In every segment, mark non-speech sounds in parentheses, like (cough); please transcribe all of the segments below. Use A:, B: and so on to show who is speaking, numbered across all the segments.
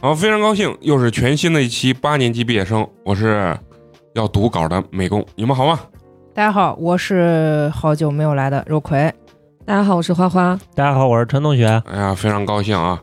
A: 好，非常高兴，又是全新的一期八年级毕业生，我是要读稿的美工，你们好吗？
B: 大家好，我是好久没有来的肉葵。
C: 大家好，我是花花。
D: 大家好，我是陈同学。
A: 哎呀，非常高兴啊！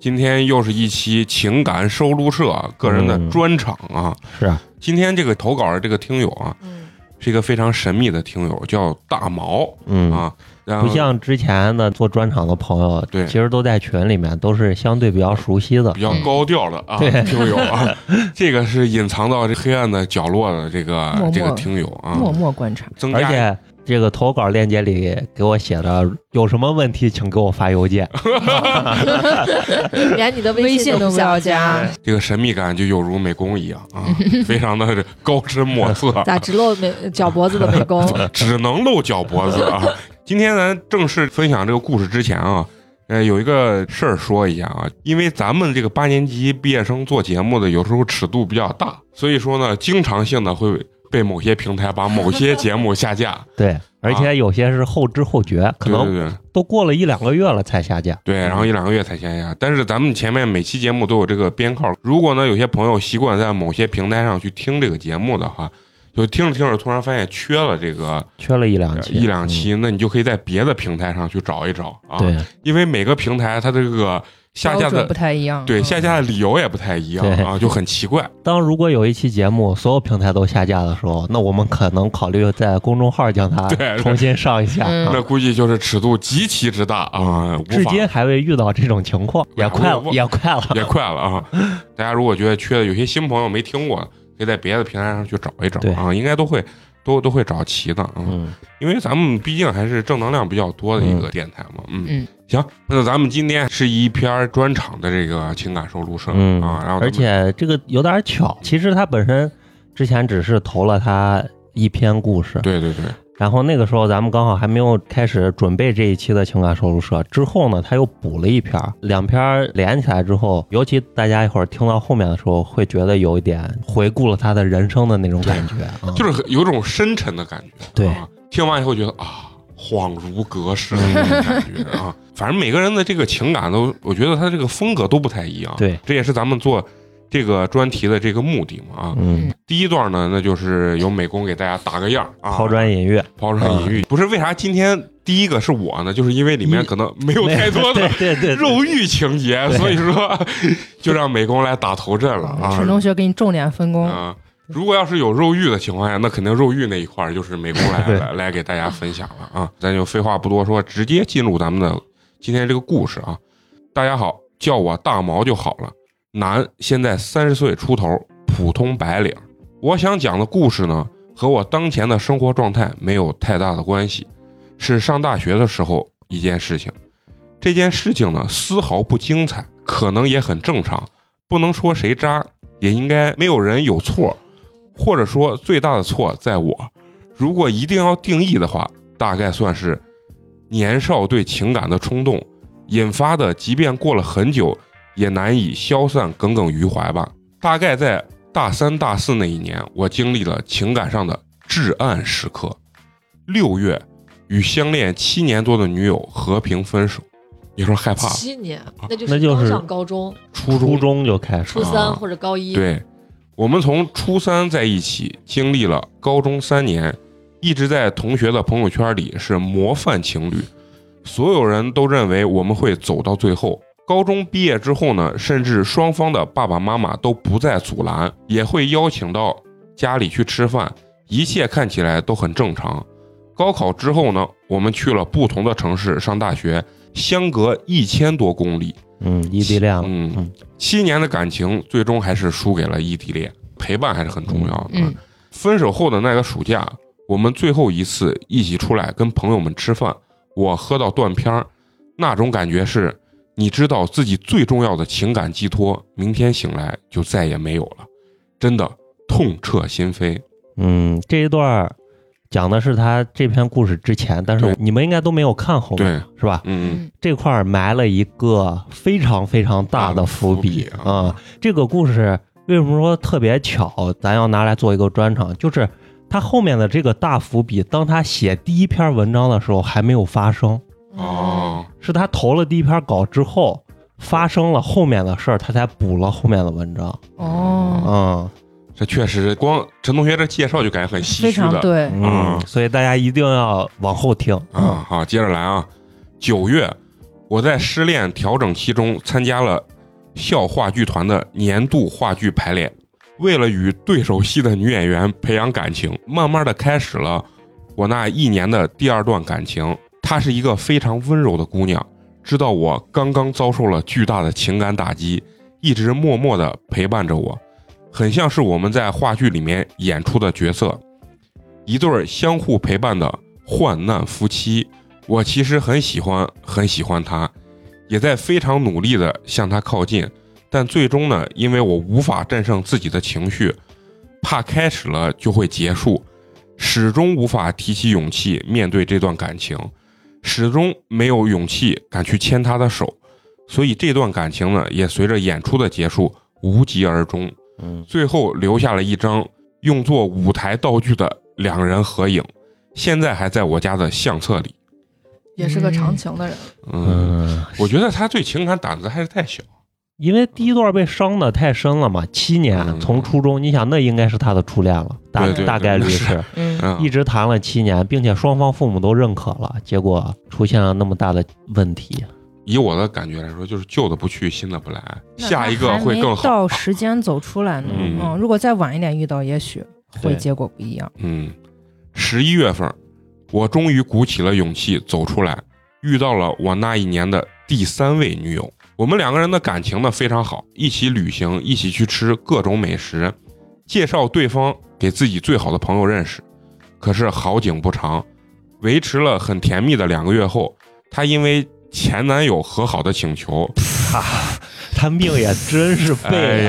A: 今天又是一期情感收录社啊个人的
D: 嗯
A: 专场啊。
D: 是啊，
A: 今天这个投稿的这个听友啊，
C: 嗯，
A: 是一个非常神秘的听友，叫大毛
D: 嗯，
A: 啊。然后
D: 不像之前的做专场的朋友，
A: 对
D: 其实都在群里面，都是相对比较熟悉的
A: 比。较高调的啊，
D: 嗯对
A: 听友啊，
D: (laughs)
A: 这个是隐藏到这黑暗的角落的这个
B: 默默
A: 这个听友啊，
B: 默默观察，
A: 增
D: 而
A: 加
D: 且这个投稿链接里给我写的，有什么问题请给我发
A: (laughs)
D: 邮件。
C: 连你的
B: 微
C: 信
B: 信都
C: 不
B: 不要
C: 想
B: 加，
A: 这个神秘感就有如美工一样
B: (laughs)
A: 啊，非常的高深莫测，
C: 咋只露 (laughs) 美脚脖子的美工？
A: 只能露脚脖子啊。 (laughs) 今天咱正式分享这个故事之前啊，呃，有一个事儿说一下啊，因为咱们这个八年级毕业生做节目的有时候尺度比较大，所以说呢，经常性的会被某些平台把某些节目下架，
D: 对，而且有些是后知后觉， (laughs) 可
A: 对对
D: 能
A: 对。
D: 都过了一两个月了才下架。
A: 对，然后一两个月才下架。但是咱们前面每期节目都有这个编号，如果呢有些朋友习惯在某些平台上去听这个节目的话，就听着听着突然发现缺了这个
D: 啊缺了一两
A: 呃
D: 期，
A: 一两期，那你就可以在别的平台上去找一找啊
D: 嗯。，对，
A: 因为每个平台它这个 (laughs) 下
B: 标
A: 架
B: 准不
A: 的
B: 太一样。
A: 对
B: 嗯
A: 下架的理由也不太一样
D: 对
A: 啊，就很奇怪。
D: 当如果有一期节目所有平台都下架的时候，那我们可能考虑在公众号将
A: (laughs)
D: 它
A: 对
D: 重新上一下。
B: 嗯
D: 啊
A: 那估计就是尺度极其之大啊，无
D: 至
A: 法
D: 今还未遇到这种情
A: (laughs)
D: 况，
A: 哎呀
D: 也快
A: 我
D: 了，也快了。
A: 也快了啊！大家如果觉得缺的，有些新朋友没听过，可以在别的平台上去找一找
D: 对
A: 啊，应该都会都都会找齐的啊。
D: 嗯，
A: 因为咱们毕竟还是正能量比较多的一个电台嘛，嗯。
B: 嗯
A: 行，那咱们今天是一篇专场的这个情感收录社、
D: 嗯
A: 啊，然后咱们
D: 而且这个有点巧，其实他本身之前只是投了他一篇故事，
A: 对对对，
D: 然后那个时候咱们刚好还没有开始准备这一期的情感收入社，之后呢他又补了一篇儿，两篇儿连起来之后，尤其大家一会儿听到后面的时候，会觉得有一点回顾了他的人生的那种感觉啊，
A: 就是是很有种深沉的感觉。
D: 对
A: 啊，听完以后觉得啊，恍如隔世的那
D: 嗯
A: 种感觉啊。反正每个人的这个情感都，我觉得他这个风格都不太一样。
D: 对，
A: 这也是咱们做这个专题的这个目的嘛啊。
D: 嗯，
A: 第一段呢，那就是由美工给大家打个样儿啊，
D: 抛砖引
A: (laughs)
D: 啊玉，
A: 抛砖引玉。不是为啥今天第一个是我呢？就是因为里面可能没有太多的
D: 对对对，嗯
A: 肉欲情节，所以说 (laughs) 就让美工来打头阵了啊。
B: 嗯陈同学给你重点分工，
A: 啊，如果要是有肉欲的情况下，那肯定肉欲那一块儿就是美工来
D: 对
A: 来来给大家分享了啊。咱就废话不多说，直接进入咱们的今天这个故事啊。大家好，叫我大毛就好了。男，现在三十岁出头，普通白领。我想讲的故事呢，和我当前的生活状态没有太大的关系，是上大学的时候一件事情。这件事情呢，丝毫不精彩，可能也很正常，不能说谁渣，也应该没有人有错，或者说最大的错在我。如果一定要定义的话，大概算是年少对情感的冲动引发的，即便过了很久，也难以消散，耿耿于怀吧。大概在大三、大四那一年，我经历了情感上的至暗时刻。六月，与相恋七年多的女友和平分手。你说害怕？
C: 七年，那就啊
D: 那就是
C: 刚上高中，
A: 初
D: 初中就开始
C: 初
D: 了，
C: 三或者高一。，
A: 对，我们从初三在一起，经历了高中三年，一直在同学的朋友圈里是模范情侣，所有人都认为我们会走到最后。高中毕业之后呢，甚至双方的爸爸妈妈都不再阻拦，也会邀请到家里去吃饭，一切看起来都很正常。高考之后呢，我们去了不同的城市上大学，相隔一千多公里，
D: 嗯，异地
B: 啊
D: 恋了，
A: 嗯
D: 嗯，
A: 七年的感情最终还是输给了异地恋，陪伴还是很重要的。
B: 嗯
A: 分手后的那个暑假，我们最后一次一起出来跟朋友们吃饭，我喝到断片儿，那种感觉是，你知道自己最重要的情感寄托，明天醒来就再也没有了，真的痛彻心扉。
D: 嗯，这一段儿讲的是他这篇故事之前，但是
A: 对
D: 你们应该都没有看后面，
A: 对，
D: 是吧？
A: 嗯，
B: 嗯，
D: 这块儿埋了一个非常非常大的伏
A: 大
D: 笔
A: 的伏笔啊
D: 啊、这个故事为什么说特别巧？咱要拿来做一个专场，就是他后面的这个大伏笔，当他写第一
B: 嗯
D: 篇文章的时候还没有发生，
A: 哦，
D: 是他投了第一篇稿之后，发生了后面的事儿，他才补了后面的文章。
B: 哦，
D: 嗯
A: 这确实光陈同学这介绍就感觉很唏
B: 非
A: 嘘
B: 常
A: 的
B: 对，
A: 啊
D: 嗯，所以大家一定要往后听。
A: 啊。好，接着来啊。九月，我在失恋调整期中参加了校话剧团的年度话剧排练，为了与对手戏的女演员培养感情，慢慢的开始了我那一年的第二段感情。她是一个非常温柔的姑娘，知道我刚刚遭受了巨大的情感打击，一直默默的陪伴着我，很像是我们在话剧里面演出的角色，一对儿相互陪伴的患难夫妻。我其实很喜欢，很喜欢她，也在非常努力的向她靠近，但最终呢，因为我无法战胜自己的情绪，怕开始了就会结束，始终无法提起勇气面对这段感情，始终没有勇气敢去牵她的手，所以这段感情呢，也随着演出的结束无疾而终。
D: 嗯，
A: 最后留下了一张用作舞台道具的两人合影，现在还在我家的相册里。
C: 也是个长情的人。
A: 嗯，
D: 嗯，
A: 我觉得他对情感胆子还是太小。
D: 因为第一段被伤的太深了嘛，七年
A: 嗯
D: 从初中，你想那应该是他的初恋了，大
A: 对
C: 对
D: 大概率是
B: 嗯，
A: 嗯
D: 一直谈了七年，并且双方父母都认可了，结果出现了那么大的问题。
A: 以我的感觉来说，就是旧的不去，新的不来，
B: 那
A: 下一个
B: 还
A: 会
B: 没
A: 更好。
B: 到时间走出来呢，
A: 嗯
B: 嗯，如果再晚一点遇到，也许会
D: 对
B: 结果不一样。
A: 嗯，十一月份，我终于鼓起了勇气走出来，遇到了我那一年的第三位女友。我们两个人的感情呢非常好，一起旅行，一起去吃各种美食，介绍对方给自己最好的朋友认识。可是好景不长，维持了很甜蜜的两个月后，她因为前男友和好的请求，
D: 他命也真是
A: 哎
D: 背啊！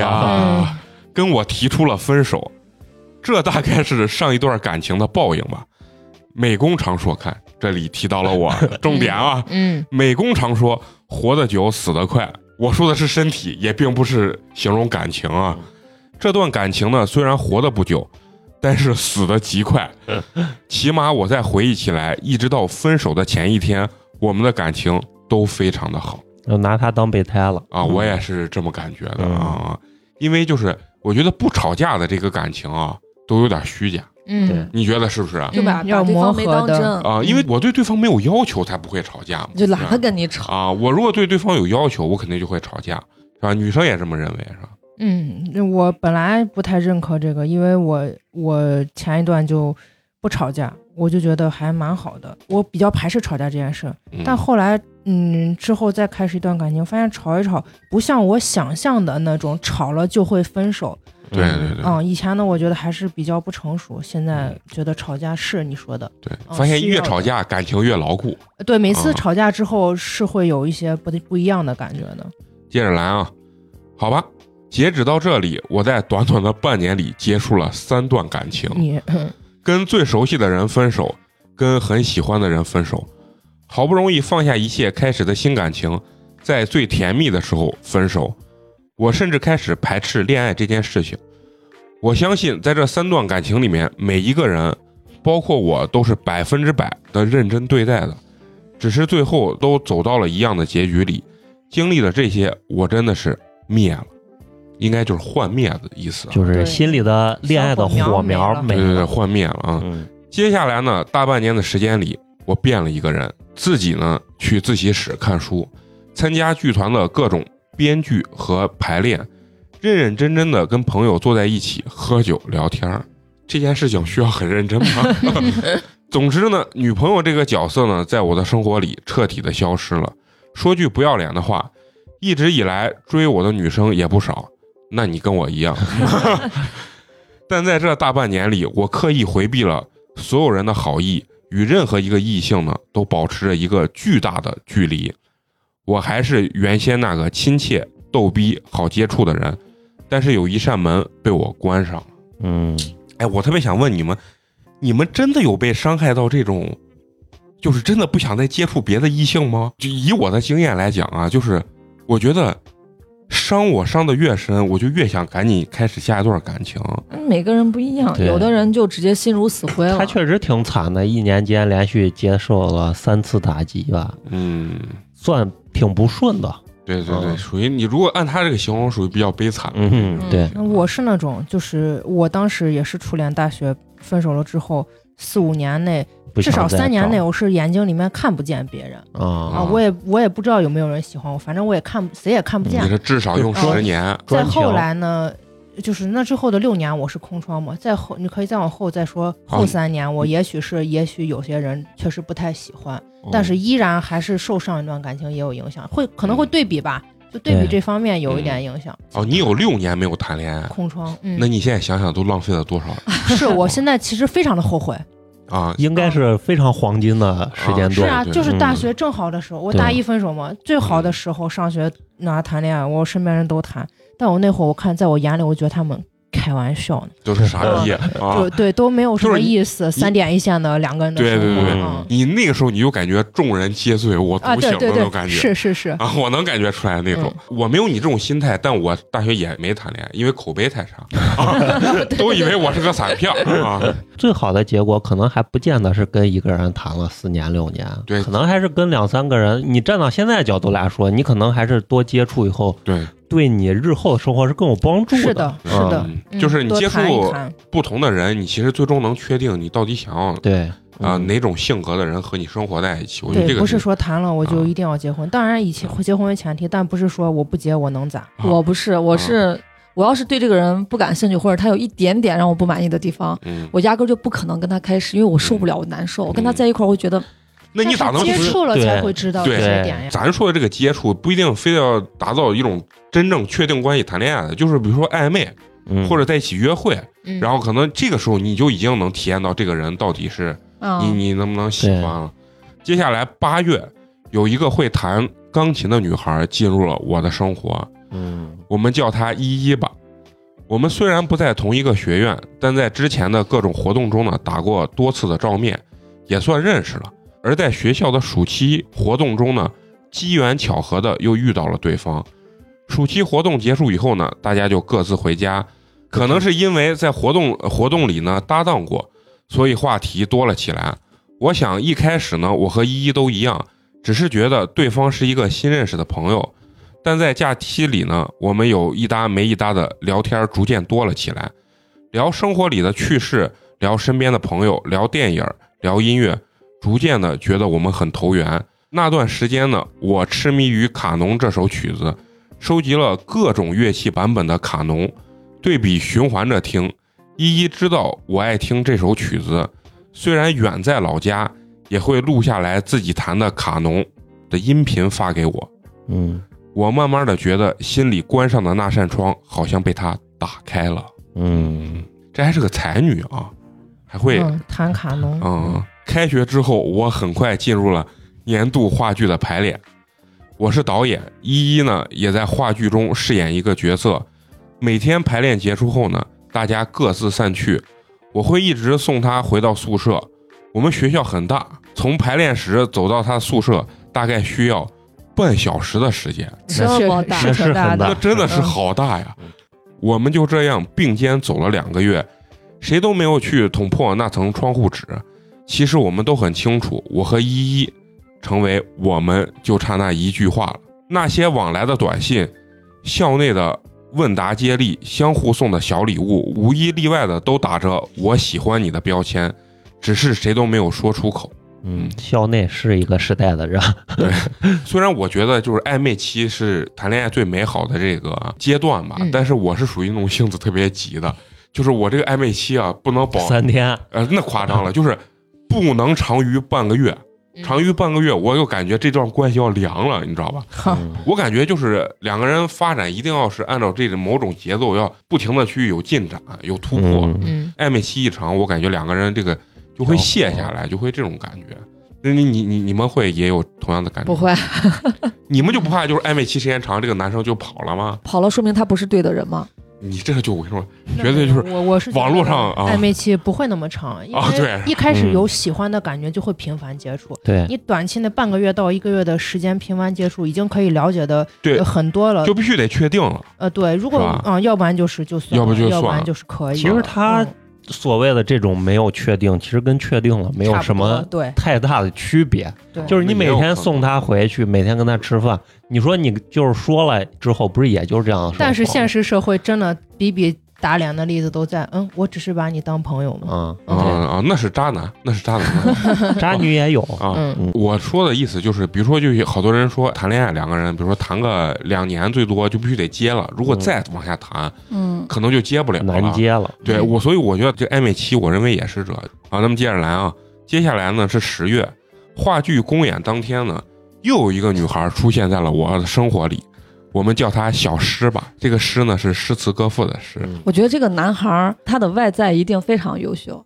A: 呀，跟我提出了分手，这大概是上一段感情的报应吧。美工常说看，这里提到了我，重点啊。
B: 嗯，
A: 美工常说活得久，死得快。我说的是身体，也并不是形容感情啊。这段感情呢，虽然活得不久，但是死得极快。起码我在回忆起来，一直到分手的前一天，我们的感情都非常的好。
D: 就拿他当备胎了
A: 啊，我也是这么感觉的
D: 嗯
A: 啊，因为就是我觉得不吵架的这个感情啊，都有点虚假，
B: 嗯，
A: 你觉得是不是啊？
C: 就把
B: 嗯要
C: 把对方
B: 磨
C: 没
B: 合
C: 当
B: 的
C: 真，
A: 啊，因为我对对方没有要求，才不会吵架嘛。
C: 嗯就懒
A: 是吧
C: 得跟你吵。
A: 啊，我如果对对方有要求，我肯定就会吵架，是吧？女生也这么认为，是吧？
B: 嗯，我本来不太认可这个，因为我我前一段就不吵架，我就觉得还蛮好的。我比较排斥吵架这件事儿，
A: 嗯
B: 但后来，嗯，之后再开始一段感情，发现吵一吵不像我想象的那种吵了就会分手。
A: 对对对
B: 嗯，以前呢，我觉得还是比较不成熟，现在
D: 嗯
B: 觉得吵架是你说的，
A: 对，
B: 哦
A: 发现
B: 需
A: 越
B: 要
A: 吵
B: 的
A: 架感情越牢固。
B: 对，每次
A: 嗯
B: 吵架之后是会有一些不不一样的感觉的。
A: 接着来啊，好吧，截止到这里，我在短短的半年里结束了三段感情。
B: 你嗯
A: 跟最熟悉的人分手，跟很喜欢的人分手，好不容易放下一切开始的新感情，在最甜蜜的时候分手。我甚至开始排斥恋爱这件事情。我相信，在这三段感情里面，每一个人，包括我，都是百分之百的认真对待的，只是最后都走到了一样的结局里。经历了这些，我真的是灭了，应该就是幻灭的意思啊。
D: 就是心里的恋爱的火苗没
A: 对对对，
D: 了。
A: 幻灭了啊！
D: 嗯
A: 接下来呢，大半年的时间里，我变了一个人，自己呢去自习室看书，参加剧团的各种编剧和排练，认认真真的跟朋友坐在一起喝酒聊天儿。这件事情需要很认真吗？ (laughs) 总之呢，女朋友这个角色呢，在我的生活里彻底的消失了。说句不要脸的话，一直以来追我的女生也不少，那你跟我一样。 (laughs) 但在这大半年里，我刻意回避了所有人的好意，与任何一个异性呢都保持着一个巨大的距离。我还是原先那个亲切、逗逼、好接触的人，但是有一扇门被我关上了。
D: 嗯，
A: 哎，我特别想问你们，你们真的有被伤害到这种，就是真的不想再接触别的异性吗？就以我的经验来讲啊，就是我觉得伤我伤的越深，我就越想赶紧开始下一段感情。
C: 每个人不一样，
D: 对
C: 有的人就直接心如死灰了。
D: 他确实挺惨的，一年间连续接受了三次打击吧，
A: 嗯，
D: 算挺不顺的。
A: 对对对，
D: 嗯
A: 属于你如果按他这个形容，属于比较悲惨。
D: 嗯
C: 嗯
D: 对，
B: 那我是那种，就是我当时也是初恋大学分手了之后，四五年内，
D: 不
B: 至
D: 想
B: 少
D: 再
B: 三年
D: 找
B: 内，我是眼睛里面看不见别人啊，
A: 哦
D: 啊，
B: 我也我也不知道有没有人喜欢我，反正我也看谁也看不见
A: 你。是至少用
B: 就是说
A: 十年，
B: 再
D: 专情
B: 后来呢，就是那之后的六年我是空窗嘛，再后你可以再往后再说
A: 好
B: 后三年，我也许是也许有些人确实不太喜欢，
A: 哦嗯
B: 但是依然还是受上一段感情也有影响，会可能会对比吧，就对比
D: 对
B: 这方面有一点影响。
A: 哦，你有六年没有谈恋爱，
B: 空窗，
A: 那
B: 嗯，
A: 你现在想想都浪费了多少
B: 是我现在其实非常的后悔。嗯
A: 啊？
D: 应该是非常黄金的时间
B: 是
D: 段，
B: 啊，
A: 对
B: 就是大
D: 嗯
B: 学正好的时候，我
D: 对
B: 大一分手嘛，最好的时候上学哪谈恋爱，我身边人都谈，但我那会儿我看，在我眼里，我觉得他们开玩笑呢，
A: 就是傻
B: 嗯
A: 逼啊
B: 就！对都没有什
A: 就
B: 么
A: 是一
B: 意思，三点一线的两个人的
A: 对
B: 生活
A: 对
D: 对
B: 啊
A: 你那个时候你就感觉众人皆醉我独
B: 啊，对
A: 醒的
B: 对
A: 那种感
B: 对，
A: 觉，
B: 是嗯是是，
A: 啊，我能感觉出来那种。我没有你这种心态，但我大学也没谈恋爱，因为口碑太差， (laughs) 啊、都以为我是个散票啊。
D: 最好的结果可能还不见得是跟一个人谈了四年六年，
A: 对
D: 可能还是跟两三个人。你站到现在角度来说，你可能还是多接触以后，
A: 对，
D: 对你日后的生活是更有帮助
B: 是
D: 的
B: 的，是的
A: 嗯，
B: 嗯
A: 就是你
B: 多
A: 接触
B: 谈一谈
A: 不同的人，你其实最终能确定你到底想要
D: 对
A: 啊、
D: 嗯
A: 哪种性格的人和你生活在一起。我觉得这
B: 对，
A: 个
B: 不是说谈了我就
A: 啊
B: 一定要结婚，当然以前结婚为前提，但不是说我不结我能
A: 啊
B: 咋？
C: 我不是，我是我要是对这个人不感兴趣，或者他有一点点让我不满意的地方，
A: 嗯，
C: 我压根儿就不可能跟他开始，因为我受不了，我难受。我跟他在一块儿，我觉得
A: 那你咋能
B: 但是
A: 不
B: 接
A: 是？
B: 触了
D: 对
B: 才会知道这
A: 对
B: 些点呀？
A: 咱说的这个接触不一定非得要达到一种真正确定关系谈恋爱的，就是比如说暧昧
D: 嗯
A: 或者在一起约会，
B: 嗯
A: 然后可能这个时候你就已经能体验到这个人到底是
C: 啊，
A: 你你能不能喜欢了？接下来八月有一个会弹钢琴的女孩进入了我的生活，
D: 嗯
A: 我们叫她依依吧。我们虽然不在同一个学院，但在之前的各种活动中呢打过多次的照面，也算认识了。而在学校的暑期活动中呢，机缘巧合的又遇到了对方。暑期活动结束以后呢，大家就各自回家。可能是因为在活动呃活动里呢搭档过，所以话题多了起来。我想一开始呢，我和依依都一样，只是觉得对方是一个新认识的朋友。但在假期里呢，我们有一搭没一搭的聊天，逐渐多了起来，聊生活里的趣事，聊身边的朋友，聊电影，聊音乐，逐渐的觉得我们很投缘。那段时间呢，我痴迷于《卡农》这首曲子，收集了各种乐器版本的《卡农》，对比循环着听。依依知道我爱听这首曲子，虽然远在老家，也会录下来自己弹的《卡农》的音频发给我。
D: 嗯
A: 我慢慢的觉得心里关上的那扇窗好像被她打开了。
D: 嗯，
A: 这还是个才女啊，还会
B: 嗯，谈卡农，
A: 嗯，开学之后，我很快进入了年度话剧的排练。我是导演，依依呢也在话剧中饰演一个角色。每天排练结束后呢，大家各自散去，我会一直送她回到宿舍。我们学校很大，从排练室走到她宿舍大概需要半小时的时间，
C: 这么大
B: 是
D: 是
B: 挺
D: 很
B: 大
D: 大
A: 那
B: 的，嗯
A: 真的是好大呀！我们就这样并肩走了两个月，谁都没有去捅破那层窗户纸。其实我们都很清楚，我和依依成为我们就差那一句话了。那些往来的短信，校内的问答接力，相互送的小礼物，无一例外的都打着“我喜欢你”的标签，只是谁都没有说出口。
D: 嗯，校内是一个时代的人，
A: 虽然我觉得就是暧昧期是谈恋爱最美好的这个阶段吧，
B: 嗯
A: 但是我是属于那种性子特别急的，就是我这个暧昧期啊，不能
D: (laughs)
A: 保
D: 三天，
A: 呃那夸张了，就是不能长于半个月，
B: 嗯
A: 长于半个月，我就感觉这段关系要凉了，你知道吧？ (laughs)
D: 嗯
A: 我感觉就是两个人发展一定要是按照这种某种节奏，要不停的去有进展、有突破。
D: 嗯
B: 嗯，
A: 暧昧期一长，我感觉两个人这个就会卸下来，就会这种感觉。那你你你你们会也有同样的感觉？
C: 不会
A: 你们就不怕就是暧昧期时间长，这个男生就跑了吗？
C: 跑了，说明他不是对的人嘛。
A: 你这个就我跟你说，
B: 那
A: 绝对就是
B: 我我是觉得
A: 网络上啊
B: 暧昧期不会那么长，因
A: 啊
B: 为
A: 对
B: 一开始
D: 嗯
B: 有喜欢的感觉就会频繁接触。
D: 对，
B: 你短期的半个月到一个月的时间频繁接触，已经可以了解的
A: 对
B: 呃很多了
A: 就。必须得确定了。
B: 呃，对，如果
A: 是吧
B: 嗯，要不然就是就算
A: 要
B: 了，
A: 不就
B: 要不
A: 算了
B: 然就是可以。
D: 其实他
B: 嗯
D: 所谓的这种没有确定，其实跟确定了没有
B: 差不
D: 什
B: 多
D: 么
B: 对
D: 太大的区别。
B: 对，
D: 就是你
A: 那
D: 每
A: 也有可
D: 天
A: 能
D: 送他回去，每天跟他吃饭，你说你就是说了之后，不是也就是这样的生活吗？
B: 但是现实社会真的比比打脸的例子都在。嗯，我只是把你当朋友嘛。
D: 啊，
A: 啊啊，那是渣男，那是渣男
D: 渣女也有，
A: (laughs) 啊。
B: 嗯，
A: 我说的意思就是，比如说，就有好多人说谈恋爱，两个人，比如说谈个两年最多就必须得结了，如果
D: 嗯
A: 再往下谈，
C: 嗯
A: 可能就结不了了。
D: 难接了。
A: 对我，所以我觉得这暧昧期，我认为也是这啊。那么接着来啊，接下来呢是十月，话剧公演当天呢，又有一个女孩出现在了我的生活里，我们叫她小诗吧。这个诗呢是诗词歌赋的诗，
D: 嗯
C: 我觉得这个男孩儿他的外在一定非常优秀，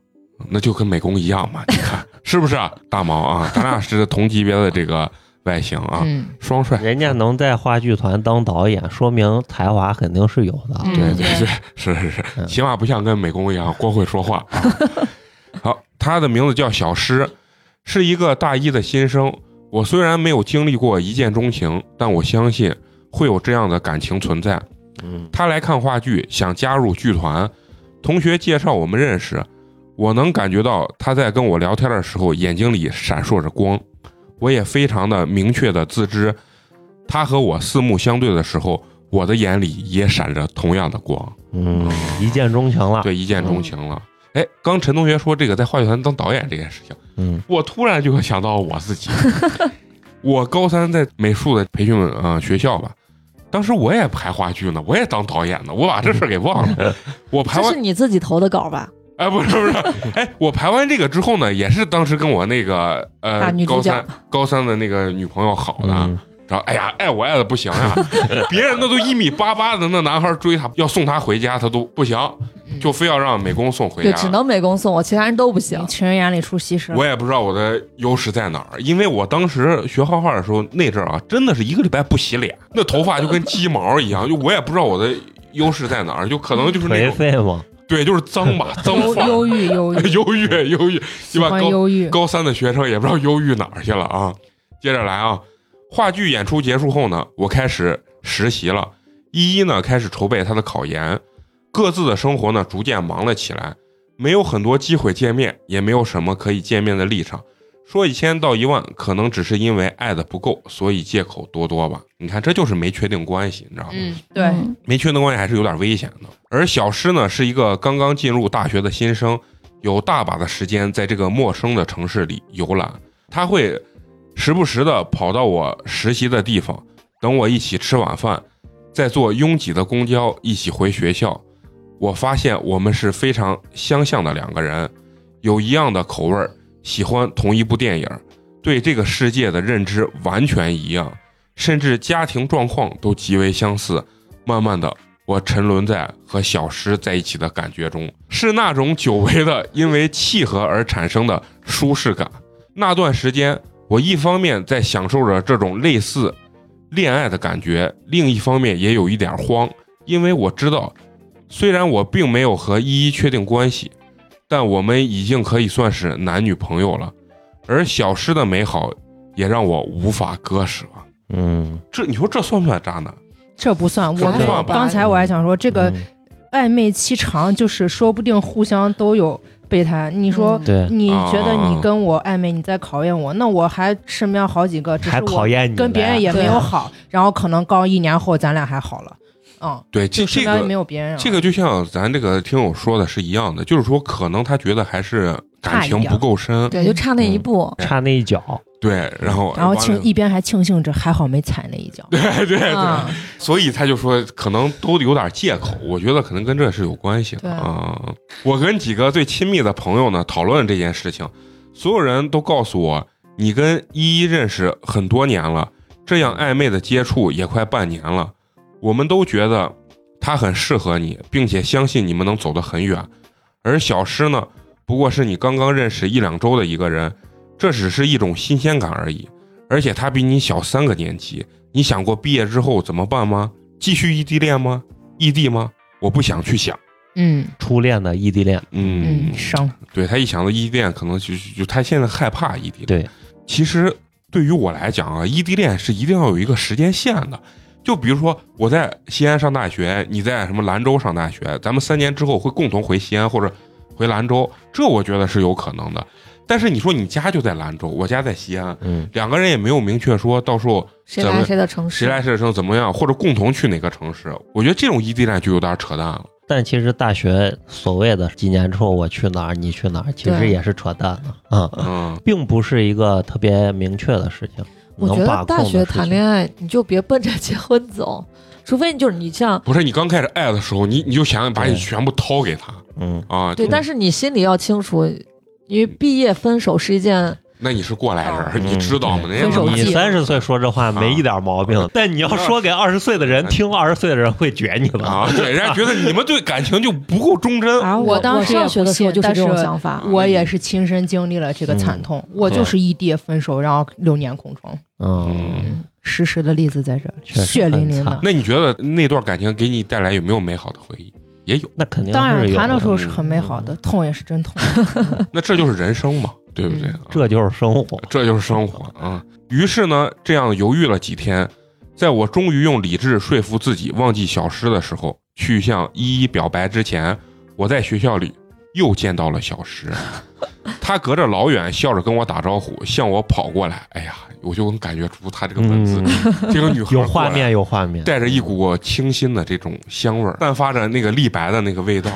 A: 那就跟美工一样嘛，你看是不是、啊？大毛啊，咱俩是同级别的这个外形啊，
B: 嗯，
A: 双帅。
D: 人家能在话剧团当导演，说明才华肯定是有的。
B: 嗯
A: 对
B: 嗯
A: 对对，是是是，
D: 嗯
A: 起码不像跟美工一样光会说话。啊 (laughs) 好，他的名字叫小诗，是一个大一的新生。我虽然没有经历过一见钟情，但我相信会有这样的感情存在。
D: 嗯，
A: 他来看话剧，想加入剧团，同学介绍我们认识，我能感觉到他在跟我聊天的时候眼睛里闪烁着光，我也非常的明确的自知，他和我四目相对的时候，我的眼里也闪着同样的光，
C: 啊
D: 嗯，一见钟情了。
A: 对，一见
C: 嗯
A: 钟情了。哎，刚陈同学说这个在话剧团当导演这件事情，
D: 嗯
A: 我突然就想到我
C: (laughs)
A: 自己，我高三在美术的培训呃学校吧，当时我也拍话剧呢，我也当导演呢，我把这事儿给忘了。我排
C: 嗯这
A: 完
C: 是你自己投的稿吧？
A: 哎，不是不
C: (laughs)
A: 是，哎，我排完这个之后呢，也是当时跟我那个
C: 大
A: 呃
C: 女主
A: 高
C: 角
A: 三高三的那个女朋友好的，
D: 嗯，
A: 然后哎呀爱我爱的不行呀、别人那都一米八八的那男孩追她，要送她回家，她都不行，就非要让美工送回
C: 嗯对，
A: 家。
C: 只能美工送我，其他人都不行
B: 你。情人眼里出西施了。
A: 我也不知道我的优势在哪儿，因为我当时学画画的时候，那阵儿啊，真的是一个礼拜不洗脸，那头发就跟鸡毛一样，就我也不知道我的优势在哪儿，就可能就是那
D: 颓
A: 种
D: 废嘛。
A: 对，就是脏
C: (laughs)
A: 吧，脏
B: 忧
A: 发， (laughs)
B: 忧郁忧郁，
A: 忧郁忧郁，
B: 喜
A: 对吧？
B: 欢
A: 高
B: 忧郁。
A: 高三的学生也不知道忧郁哪儿去了啊。接着来啊，话剧演出结束后呢，我开始实习了。依依呢开始筹备她的考研，各自的生活呢逐渐忙了起来，没有很多机会见面，也没有什么可以见面的立场。说一千道一万，可能只是因为爱的不够，所以借口多多吧。你看，这就是没确定关系，你知道吗？
B: 嗯，对，
C: 嗯
A: 没确定关系还是有点危险的。而小诗呢，是一个刚刚进入大学的新生，有大把的时间在这个陌生的城市里游览。他会时不时的跑到我实习的地方，等我一起吃晚饭，再坐拥挤的公交一起回学校。我发现我们是非常相像的两个人，有一样的口味儿，喜欢同一部电影，对这个世界的认知完全一样，甚至家庭状况都极为相似。慢慢的，我沉沦在和小诗在一起的感觉中，是那种久违的因为契合而产生的舒适感。那段时间，我一方面在享受着这种类似恋爱的感觉，另一方面也有一点慌，因为我知道，虽然我并没有和依依确定关系，但我们已经可以算是男女朋友了。而小诗的美好也让我无法割舍。
D: 嗯，
A: 这你说这算不算渣男？
B: 这不算。
A: 这
B: 我
A: 不
B: 们
A: 算吧
B: 刚才我还想说，这个
D: 嗯
B: 暧昧期长，就是说不定互相都有备胎。你说
C: 嗯，
D: 对，
B: 你觉得
A: 啊
B: 你跟我暧昧，你在考验我，那我还身边好几个，只
D: 还
B: 是
D: 考
B: 我
D: 验你
B: 跟别人
D: 嘞
B: 也没
C: 对
B: 有
C: 啊
B: 好，然后可能刚一年后咱俩还好了，嗯，
A: 对，
B: 就
A: 这
B: 身
A: 这
B: 边
A: 个
B: 没有别人了。
A: 这个就像咱这个听友说的是一样的，就是说可能他觉得还是感情不够深，
C: 对，就差那一步。
D: 差那一脚，
A: 对，然后
B: 然后
A: 完了
B: 庆一边还庆幸着还好没踩那一脚，
A: (laughs) 对对对，
B: 啊，
A: 所以他就说可能都有点借口，我觉得可能跟这是有关系的
B: 对
A: 啊、我跟几个最亲密的朋友呢讨论这件事情，所有人都告诉我，你跟依依认识很多年了，这样暧昧的接触也快半年了，我们都觉得他很适合你，并且相信你们能走得很远。而小诗呢，不过是你刚刚认识一两周的一个人，这只是一种新鲜感而已。而且他比你小三个年级，你想过毕业之后怎么办吗？继续异地恋吗？异地吗？我不想去想。
B: 嗯
D: 初恋的异地恋，
A: 嗯
B: 嗯，伤，
A: 对他一想到异地恋，可能就就就他现在害怕异地恋。
D: 对，
A: 其实对于我来讲啊，异地恋是一定要有一个时间线的。就比如说我在西安上大学，你在什么兰州上大学，咱们三年之后会共同回西安，或者回兰州，这我觉得是有可能的。但是你说你家就在兰州，我家在西安，
D: 嗯，
A: 两个人也没有明确说到时候
C: 谁
A: 咱
C: 来
A: 们
C: 谁的城市，
A: 谁来谁生怎么样，或者共同去哪个城市。我觉得这种异地恋就有点扯淡了。
D: 但其实大学所谓的几年之后我去哪儿你去哪儿，其实
C: 对
D: 也是扯淡的啊、嗯
A: 嗯，
D: (laughs) 并不是一个特别明确的事情。
C: 我觉
D: 能把
C: 得
D: 控
C: 大
D: 的
C: 学
D: 事
C: 谈
D: 情
C: 恋爱，你就别奔着结婚走，除非你就是你像
A: 不是你刚开始爱的时候，你你就想把你
D: 对
A: 全部掏给他
D: 嗯，
A: 啊。
C: 对，但是你心里要清楚，因为毕业分手是一件
A: 那你是过来人，
D: 嗯
A: 你知道吗？
D: 对
A: 人
C: 分
A: 家
C: 手
A: 妈
D: 你
C: 季
D: 三十岁说这话没一点毛
A: (laughs)
D: 病，
A: 啊
D: 但你要说给二十岁的人听，二十岁的人会撅你的。
A: 啊，对，人家觉得你们对感情就不够忠贞。
B: 啊，
C: 我
B: 当时也
C: 上学的时候
B: 不信
C: 就是
B: 但
C: 这种想法。
B: 我
D: 嗯
B: 也是亲身经历了这个惨痛，我就是异地分手，然后六年空窗，
D: 嗯，
B: 实时的例子在这儿，
D: 确实
B: 血淋淋
D: 很
B: 的
D: 惨。
A: 那你觉得那段感情给你带来有没有美好的回忆？也有，
D: 那肯定
B: 当然
D: 是有
B: 谈的
D: 的嗯
B: 时候是很美好的，痛也是真痛。
A: 那这就是人生嘛，对不对？啊
D: 这就是生活。嗯
A: 这就是生活啊。于是呢，这样犹豫了几天，在我终于用理智说服自己忘记小诗的时候，去向依依表白之前，我在学校里又见到了小诗。
D: (laughs)
A: 他隔着老远笑着跟我打招呼，向我跑过来。哎呀，我就能感觉出他这个文字，
D: 嗯，
A: 这个女孩
D: 有
A: 过来
D: 画面，有画面，
A: 带着一股清新的这种香味儿，散发着那个立白的那个味道，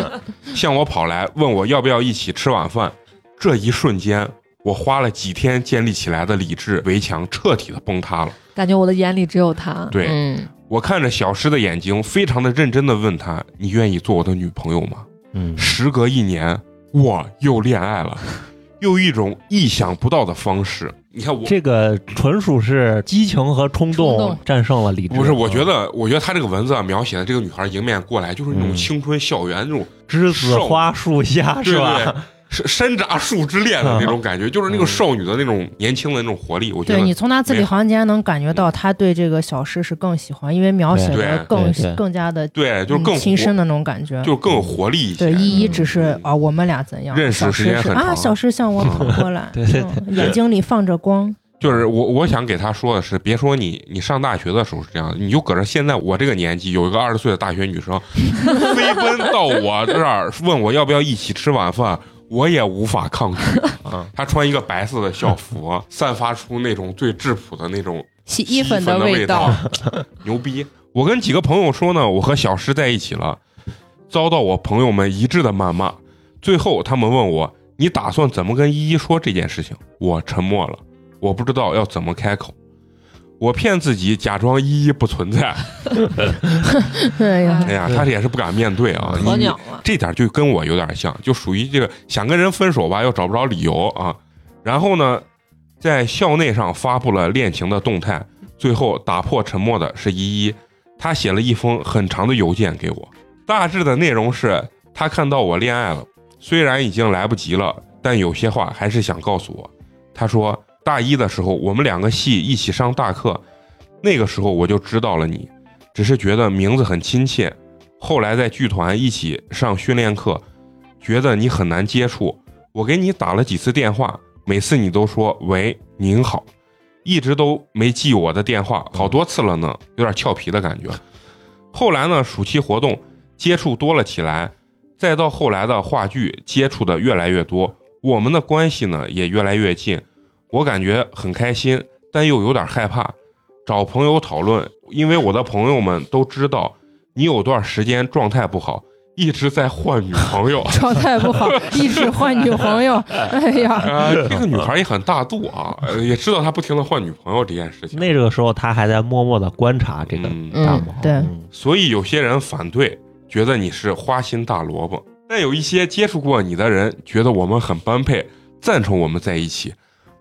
A: (laughs) 向我跑来问我要不要一起吃晚饭。这一瞬间，我花了几天建立起来的理智围墙彻底的崩塌了。
C: 感觉我的眼里只有他。
A: 对、
B: 嗯，
A: 我看着小诗的眼睛，非常的认真的问他：“你愿意做我的女朋友吗
D: 嗯？”，
A: 时隔一年，我又恋爱了， (laughs) 用一种意想不到的方式。你看我。
D: 这个纯属是激情和冲
C: 冲
D: 动
C: 动
D: 战胜了理智。嗯
A: 不是，我觉得，我觉得他这个文字啊，描写的这个女孩迎面过来，就是那种
D: 嗯
A: 青春校园那种
D: 栀子
A: 瘦
D: 花树下
A: 对
D: 是吧？
A: 对是山楂树之恋的那种感觉，就是那个少女的那种年轻的那种活力，我觉
B: 嗯对
A: 得
B: 你从他字里行间能感觉
A: 嗯
B: 到他对这个小诗是更喜欢，因为描写的更
D: 对对对
B: 更加的
A: 对，啊就是更
B: 嗯
A: 活
B: 亲身的那种感觉。
A: 就是更有活力一些
B: 对，。依依
A: 嗯
B: 只是啊，我们俩怎样？
A: 认识
B: 小
A: 时
B: 诗
A: 间
B: 是
A: 很
B: 啊，
A: 长
B: 小诗向我跑过来，
D: 对对对
B: 嗯眼睛里放着
D: (laughs)
B: 光。
A: 就是我我想给她说的是，别说你你上大学的时候是这样，你就搁着现在我这个年纪，有一个二十岁的大学女
B: (laughs)
A: 生飞奔到我这儿问我要不要一起吃晚饭。我也无法抗拒
B: (laughs)
D: 啊！
A: 她穿一个白色的校服，散发出那种最质朴的那种
C: 洗
A: 洗衣粉的味道， (laughs) 牛逼！我跟几个朋友说呢，我和小诗在一起了，遭到我朋友们一致的谩骂。最后他们问我，你打算怎么跟依依说这件事情？我沉默了，我不知道要怎么开口。我骗自己，假装依依不存在。
B: 哎呀。
A: 哎，呀，他也是不敢面对啊！
C: 鸵
A: 你
C: 鸟了。
A: 这点就跟我有点像，就属于这个想跟人分手吧，又找不着理由啊。然后呢，在校内上发布了恋情的动态，最后打破沉默的是依依，她写了一封很长的邮件给我，大致的内容是她看到我恋爱了，虽然已经来不及了，但有些话还是想告诉我。她说大一的时候我们两个系一起上大课，那个时候我就知道了你，只是觉得名字很亲切，后来在剧团一起上训练课，觉得你很难接触。我给你打了几次电话，每次你都说“喂，您好”，一直都没记我的电话，好多次了呢，有点俏皮的感觉。后来呢，暑期活动接触多了起来，再到后来的话剧接触的越来越多，我们的关系呢也越来越近。我感觉很开心，但又有点害怕。找朋友讨论，因为我的朋友们都知道你有段时间状态不好，一直在换女朋友
B: 状态 (laughs) 不好，一直换女
A: (laughs)
B: 朋友。哎呀，
A: 啊、这个女孩也很大度啊，呃也知道她不停的换女朋友这件事情。
D: 那个时候他还在默默的观察这个
A: 嗯
D: 大毛。
B: 对
D: 嗯
A: 所以有些人反对，觉得你是花心大萝卜；但有一些接触过你的人，觉得我们很般配，赞成我们在一起。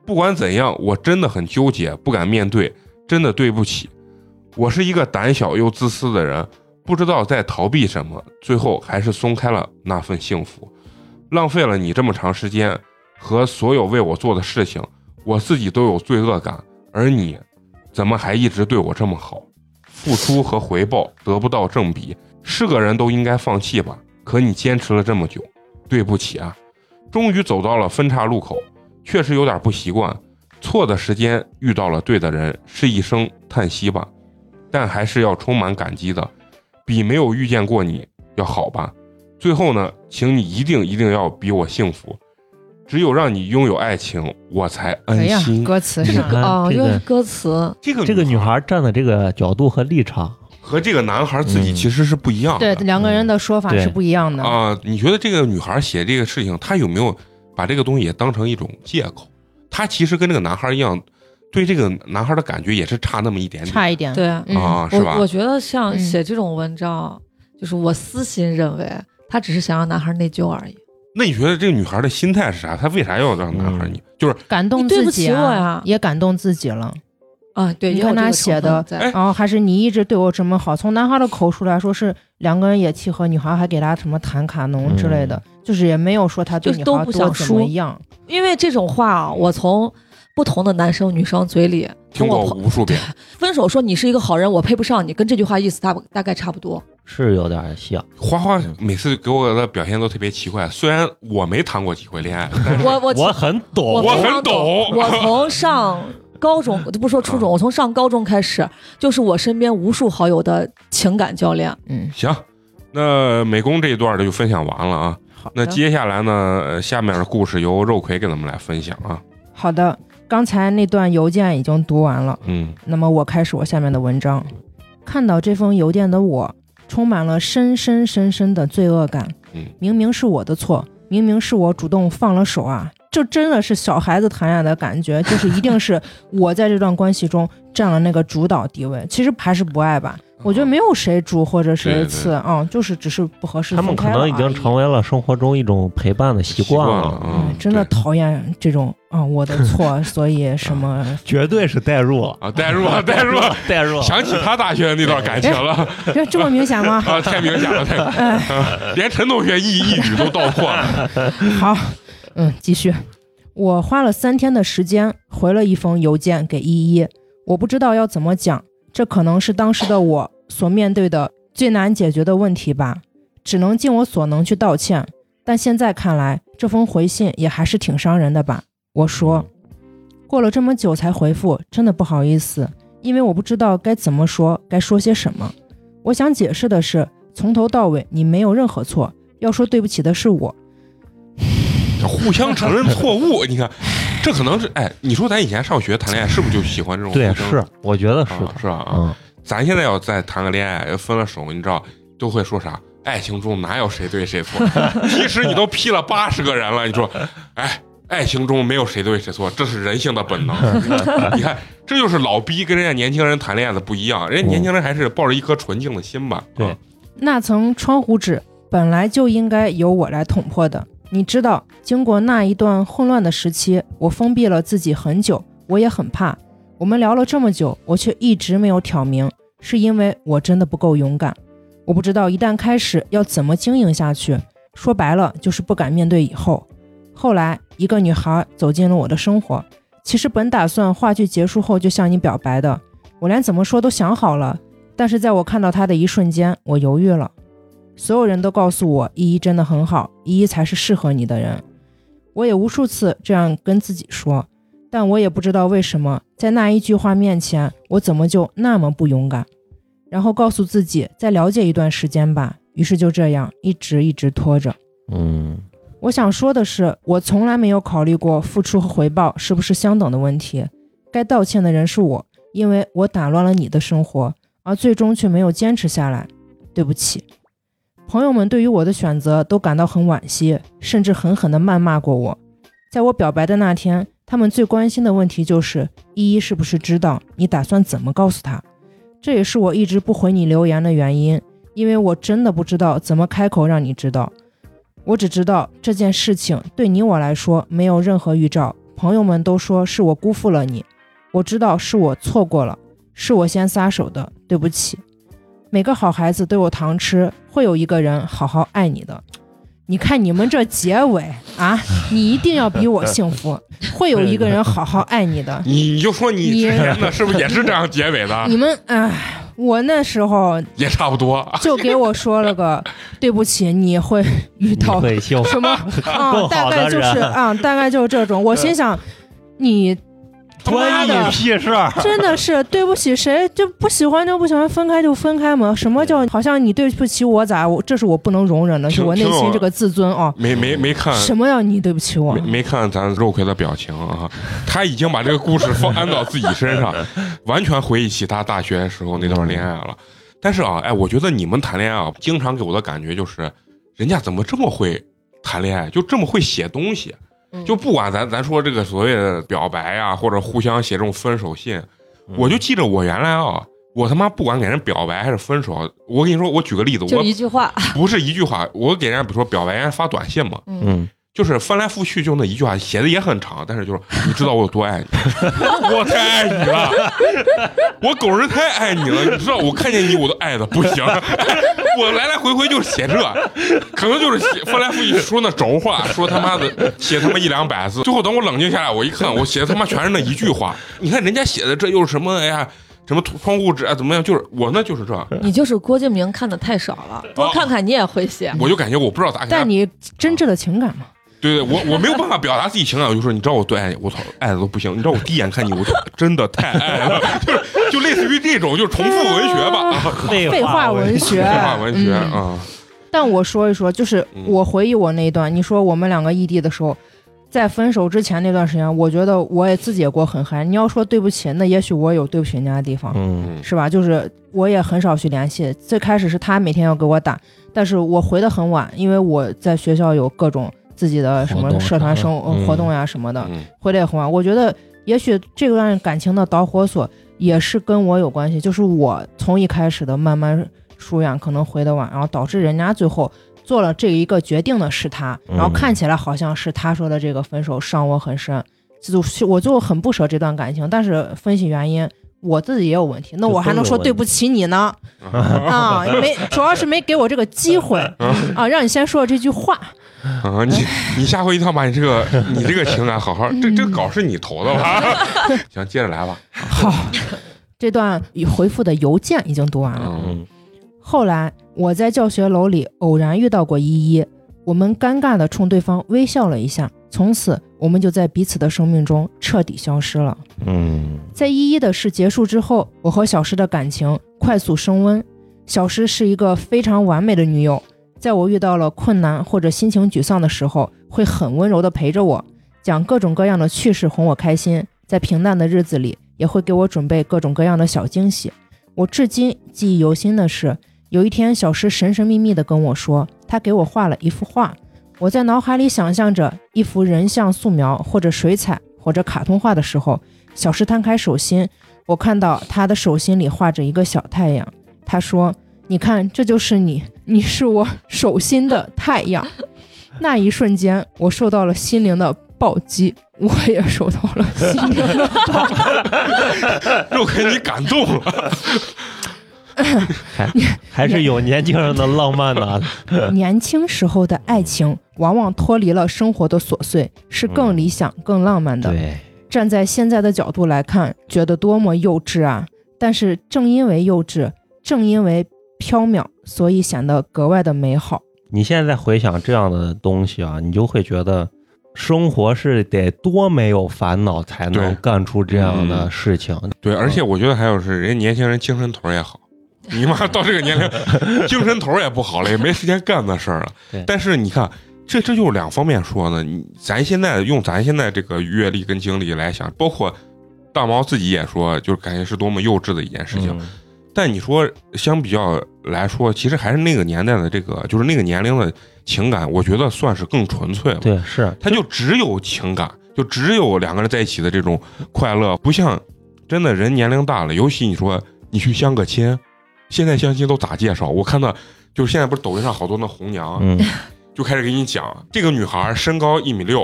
A: 不管怎样，我真的很纠结，不敢面对，真的对不起。我是一个胆小又自私的人，不知道在逃避什么，最后还是松开了那份幸福，浪费了你这么长时间和所有为我做的事情，我自己都有罪恶感，而你怎么还一直对我这么好？付出和回报得不到正比，是个人都应该放弃吧。可你坚持了这么久，对不起啊！终于走到了分岔路口，确实有点不习惯。错的时间遇到了对的人，是一声叹息吧，但还是要充满感激的，比没有遇见过你要好吧。最后呢，请你一定一定要比我幸福，只有让你拥有爱情，我才
B: 哎
A: 安
B: 呀，
A: 心。
B: 歌词
D: 你
B: 上啊
D: 看
C: 哦，
D: 这
C: 又
D: 个
C: 是歌词，
A: 这个
D: 这个女
A: 孩
D: 孩站的这个角度和立场，
A: 和这个男孩自己
D: 嗯
A: 其实是不一样
B: 对
A: 的。
B: 两个人的说法
D: 对
B: 是不一样的。
A: 啊、你觉得这个女孩写这个事情，她有没有把这个东西也当成一种借口？她其实跟这个男孩一样，对这个男孩的感觉也是差那么一点点。
B: 差一点。
C: 对，
B: 嗯
A: 啊，是吧
C: 我我？觉得像
B: 嗯
C: 写这种文章，就是我私心认为，他只是想让男孩内疚而已。
A: 那你觉得这个女孩的心态是啥？她为啥要让男孩？
D: 嗯
A: 你就是
B: 感动
C: 你对
B: 自
C: 不
B: 己
C: 起我
B: 啊
C: 呀，
B: 也感动自己了。
C: 啊，对，
B: 你
C: 也有
B: 看
C: 这
B: 他
C: 个
B: 写
C: 成分
B: 的
C: 在
B: (laughs)
A: 哎
B: 然后还是你一直对我这么好，从男孩的口出来说是两个人也契合，女孩还给他什么弹卡农之类的，就是也没有说他对
C: 就是
B: 女
C: 都
B: 孩
C: 不
B: 多
C: 想
B: 怎
C: 输
B: 么样。
C: 因为这种话啊，我从不同的男生女生嘴里
A: 听
C: 从
A: 过
C: 我朋
A: 无数遍，
C: 分手说你是一个好人，我配不上你，跟这句话意思大不大概差不多。
D: 是有点像。
A: 花花
D: 嗯
A: 每次给我的表现都特别奇怪。虽然我没谈过几回恋
D: (laughs)
A: 爱，但是
C: 我我
D: 我很懂，
A: 哎我
C: 非
A: 很
C: 常
A: 懂，
C: 我从上高中，我就不说初中，我从上高中开始，就是我身边无数好友的情感教练。
B: 嗯
A: 行，那美工这一段儿就分享完了啊。
B: 好
A: 那
B: 的。
A: 接下来呢，呃下面的故事由肉葵给咱们来分享啊。
B: 好的，刚才那段邮件已经读完了，
A: 嗯，
B: 那么我开始我下面的文章。看到这封邮件的我，充满了深深深深的罪恶感
A: 嗯。
B: 明明是我的错，明明是我主动放了手啊！这真的是小孩子谈恋爱的感觉，就是一定是我在这段关系中占了那个主导地位。其实还是不爱吧，
D: 嗯
B: 我觉得没有谁主或者
A: 对
B: 谁
A: 对
B: 次啊、嗯，就是只是不合适。
D: 他们
B: 分
D: 可
B: 开了
D: 能已
B: 而
D: 经
B: 已
D: 成为了生活中一种陪伴的习惯
A: 了
D: 了，
A: 啊
B: 嗯，真的
A: 对
B: 讨厌这种啊、我的错， (laughs) 所以什么
D: 绝对是代入了，
A: 啊，代入
B: (laughs)
A: 了，代入了，
D: (laughs) 代入了。
A: 想起他大学那段感情了
B: 这这么明显
A: (laughs)
B: 吗？
A: 啊，太明显了，太明显
B: 哎
A: 了连陈同学一一语都道破了。
B: 好，嗯，继续。我花了三天的时间回了一封邮件给依依，我不知道要怎么讲，这可能是当时的我所面对的最难解决的问题吧，只能尽我所能去道歉。但现在看来，这封回信也还是挺伤人的吧？我说，过了这么久才回复，真的不好意思，因为我不知道该怎么说，该说些什么。我想解释的是，从头到尾你没有任何错，要说对不起的是我，哎
A: 互相承认错误，你看，这可能是哎，你说咱以前上学谈恋爱是不是就喜欢这种
D: 对，
A: 互相
D: 是，我觉得是
A: 啊
D: 的，
A: 是吧啊？
D: 嗯，
A: 咱现在要再谈个恋爱，分了手，你知道都会说啥？爱情中哪有谁对谁错？ (laughs) 即使你都劈了八十个人了，你说，哎，爱情中没有谁对谁错，这是人性的本能。 (laughs) 你看，这就是老逼跟人家年轻人谈恋爱的不一样，人家年轻人还是抱着一颗纯净的心吧。
D: 对
A: 啊
B: 那层窗户纸本来就应该由我来捅破的。你知道，经过那一段混乱的时期，我封闭了自己很久，我也很怕。我们聊了这么久，我却一直没有挑明，是因为我真的不够勇敢。我不知道一旦开始要怎么经营下去，说白了就是不敢面对以后。后来，一个女孩走进了我的生活，其实本打算话剧结束后就向你表白的，我连怎么说都想好了，但是在我看到他的一瞬间，我犹豫了。所有人都告诉我，依依真的很好，依依才是适合你的人。我也无数次这样跟自己说，但我也不知道为什么，在那一句话面前，我怎么就那么不勇敢？然后告诉自己再了解一段时间吧，于是就这样一直一直拖着。
D: 嗯，
B: 我想说的是，我从来没有考虑过付出和回报是不是相等的问题。该道歉的人是我，因为我打乱了你的生活，而最终却没有坚持下来。对不起，朋友们对于我的选择都感到很惋惜，甚至狠狠地谩骂过我。在我表白的那天，他们最关心的问题就是依依是不是知道你打算怎么告诉她。这也是我一直不回你留言的原因，因为我真的不知道怎么开口让你知道。我只知道这件事情对你我来说没有任何预兆，朋友们都说是我辜负了你，我知道是我错过了，是我先撒手的，对不起。每个好孩子都有糖吃，会有一个人好好爱你的。你看你们这结尾啊，你一定要比我幸福，会有一个人好好爱你的。
A: 你你就说你
B: 你
A: 之前的是不是也是这样结尾的？
B: 你们唉，我那时候
A: 也差不多。
B: 就给我说了个对不起，你会遇
D: 嗯你
B: 到
D: 会
A: (laughs)
D: (laughs) 幸福
B: 什么啊？
D: 更好
B: 大概
D: 的
B: 就
D: 人嗯
B: 是啊，大概就是这种。我心想，你他妈
D: 关你
B: 的，
D: 屁事儿！
B: 真的是对不起谁，就不喜欢就不喜欢，分开就分开嘛。什么叫好像你对不起我咋？我这是我不能容忍的，
A: 挺
B: 是我内心这个自尊啊。
A: 没没没看。
B: 什么叫你对不起我
A: 没？没看咱肉葵的表情
C: (laughs)
A: 啊，他已经把这个故事放安到自己身上，完全回忆起他大学时候那段恋爱了。但是啊，哎，我觉得你们谈恋爱啊，经常给我的感觉就是，人家怎么这么会谈恋爱，就这么会写东西？
B: 嗯
A: 就不管咱咱说这个所谓的表白啊，或者互相写这种分手信，我就记着我原来啊，我他妈不管给人表白还是分手，我跟你说，我举个例子，
C: 就
A: 我
C: 一句话， (laughs)
A: 不是一句话，我给人家比如说表白，人家发短信嘛，
D: 嗯，
A: 就是翻来覆去就那一句话，写的也很长，但是就是你知道我有多爱你，我太爱你了，我狗日太爱你了，你知道我看见你我都爱的不行， (laughs) 我来来回回就是写这，可能就是写翻来覆去说那轴话，说他妈的写他妈一两百字，最后等我冷静下来，我一看我写的他妈全是那一句话，你看人家写的这又是什么哎呀？什么窗户纸啊？怎么样？就是我那就是这，
C: 你就是郭敬明看的太少了，多看看你也会写。 (laughs)
A: 我就感觉我不知道咋给他
B: 但你真挚的情感嘛，
A: 对对，我我没有办法表达自己情感，我就说你知道我对爱你，我操，爱的都不行。你知道我第一眼看你，我 (laughs) 就真的太爱了，就是就类似于这种，就是重复文学吧，啊，
B: 废
D: 废
B: 话文学，
A: 废话文学
B: 嗯
A: 啊，
B: 但我说一说，就是
A: 嗯
B: 我回忆我那一段，你说我们两个异地的时候，在分手之前那段时间，我觉得我也自己也过很嗨。你要说对不起，那也许我有对不起人家的地方，
D: 嗯，
A: 嗯
B: 是吧？就是我也很少去联系。最开始是他每天要给我打，但是我回的很晚，因为我在学校有各种自己的什
D: 活
B: 么
D: 动
B: 社团生呃
D: 嗯
B: 活动呀什么的，
A: 嗯
B: 回来也很晚。我觉得也许这段感情的导火索也是跟我有关系，就是我从一开始的慢慢疏远，可能回的晚，然后导致人家最后做了这一个决定的是他，
D: 嗯
B: 然后看起来好像是他说的这个分手伤我很深，就是我就很不舍这段感情，但是分析原因。我自己也有问题，那我还能说对不起你 (laughs) 呢？
A: 嗯
B: 啊，没，主要是没给我这个机 (laughs) 会啊，让你先说这句话。
A: 啊，你你下回一定要把你这个你这个情感好好，这这个稿是你投的吧？ (laughs) 行，接着来吧，
B: 好，这段回复的邮件已经读完了。
A: 嗯
D: 嗯
B: 后来我在教学楼里偶然遇到过依依，我们尴尬地冲对方微笑了一下，从此我们就在彼此的生命中彻底消失了。
D: 嗯
B: 在依依的事结束之后，我和小诗的感情快速升温。小诗是一个非常完美的女友，在我遇到了困难或者心情沮丧的时候，会很温柔地陪着我，讲各种各样的趣事哄我开心。在平淡的日子里，也会给我准备各种各样的小惊喜。我至今记忆犹新的是，有一天小诗神神秘秘地跟我说，她给我画了一幅画。我在脑海里想象着一幅人像素描或者水彩或者卡通画的时候，小诗摊开手心，我看到他的手心里画着一个小太阳。他说：“你看，这就是你，你是我手心的太阳。” (laughs) 那一瞬间，我受到了心灵的暴击， (laughs) 我也受到了心灵的暴击。
A: 肉给你感动了，
D: 还是有年轻人的啊浪漫呢。
B: 年轻时候的爱情往往脱离了生活的琐碎，是更理想、更浪漫的。
D: 对，
B: 站在现在的角度来看，觉得多么幼稚啊！但是正因为幼稚，正因为缥缈，所以显得格外的美好。
D: 你现在回想这样的东西啊，你就会觉得生活是得多没有烦恼才
A: 对嗯
D: 能干出这样的事情。
A: 对，而且我觉得还有是，人家年轻人精神头儿也好。 (laughs) 你
D: (laughs)
A: 妈到这个年龄，精神头儿也不好了，也没时间干那事儿了
D: 对。
A: 但是你看，这这就是两方面说呢。你咱现在用咱现在这个阅历跟经历来想，包括大毛自己也说，就是感觉是多么幼稚的一件事情。
D: 嗯
A: 但你说相比较来说，其实还是那个年代的这个，就是那个年龄的情感，我觉得算是更纯粹了。
D: 对，是
A: 它就只有情感，就只有两个人在一起的这种快乐，不像真的人年龄大了，尤其你说你去相个亲，现在相亲都咋介绍？我看到就是现在不是抖音上好多那红娘，
D: 嗯
A: 就开始给你讲这个女孩身高一米六，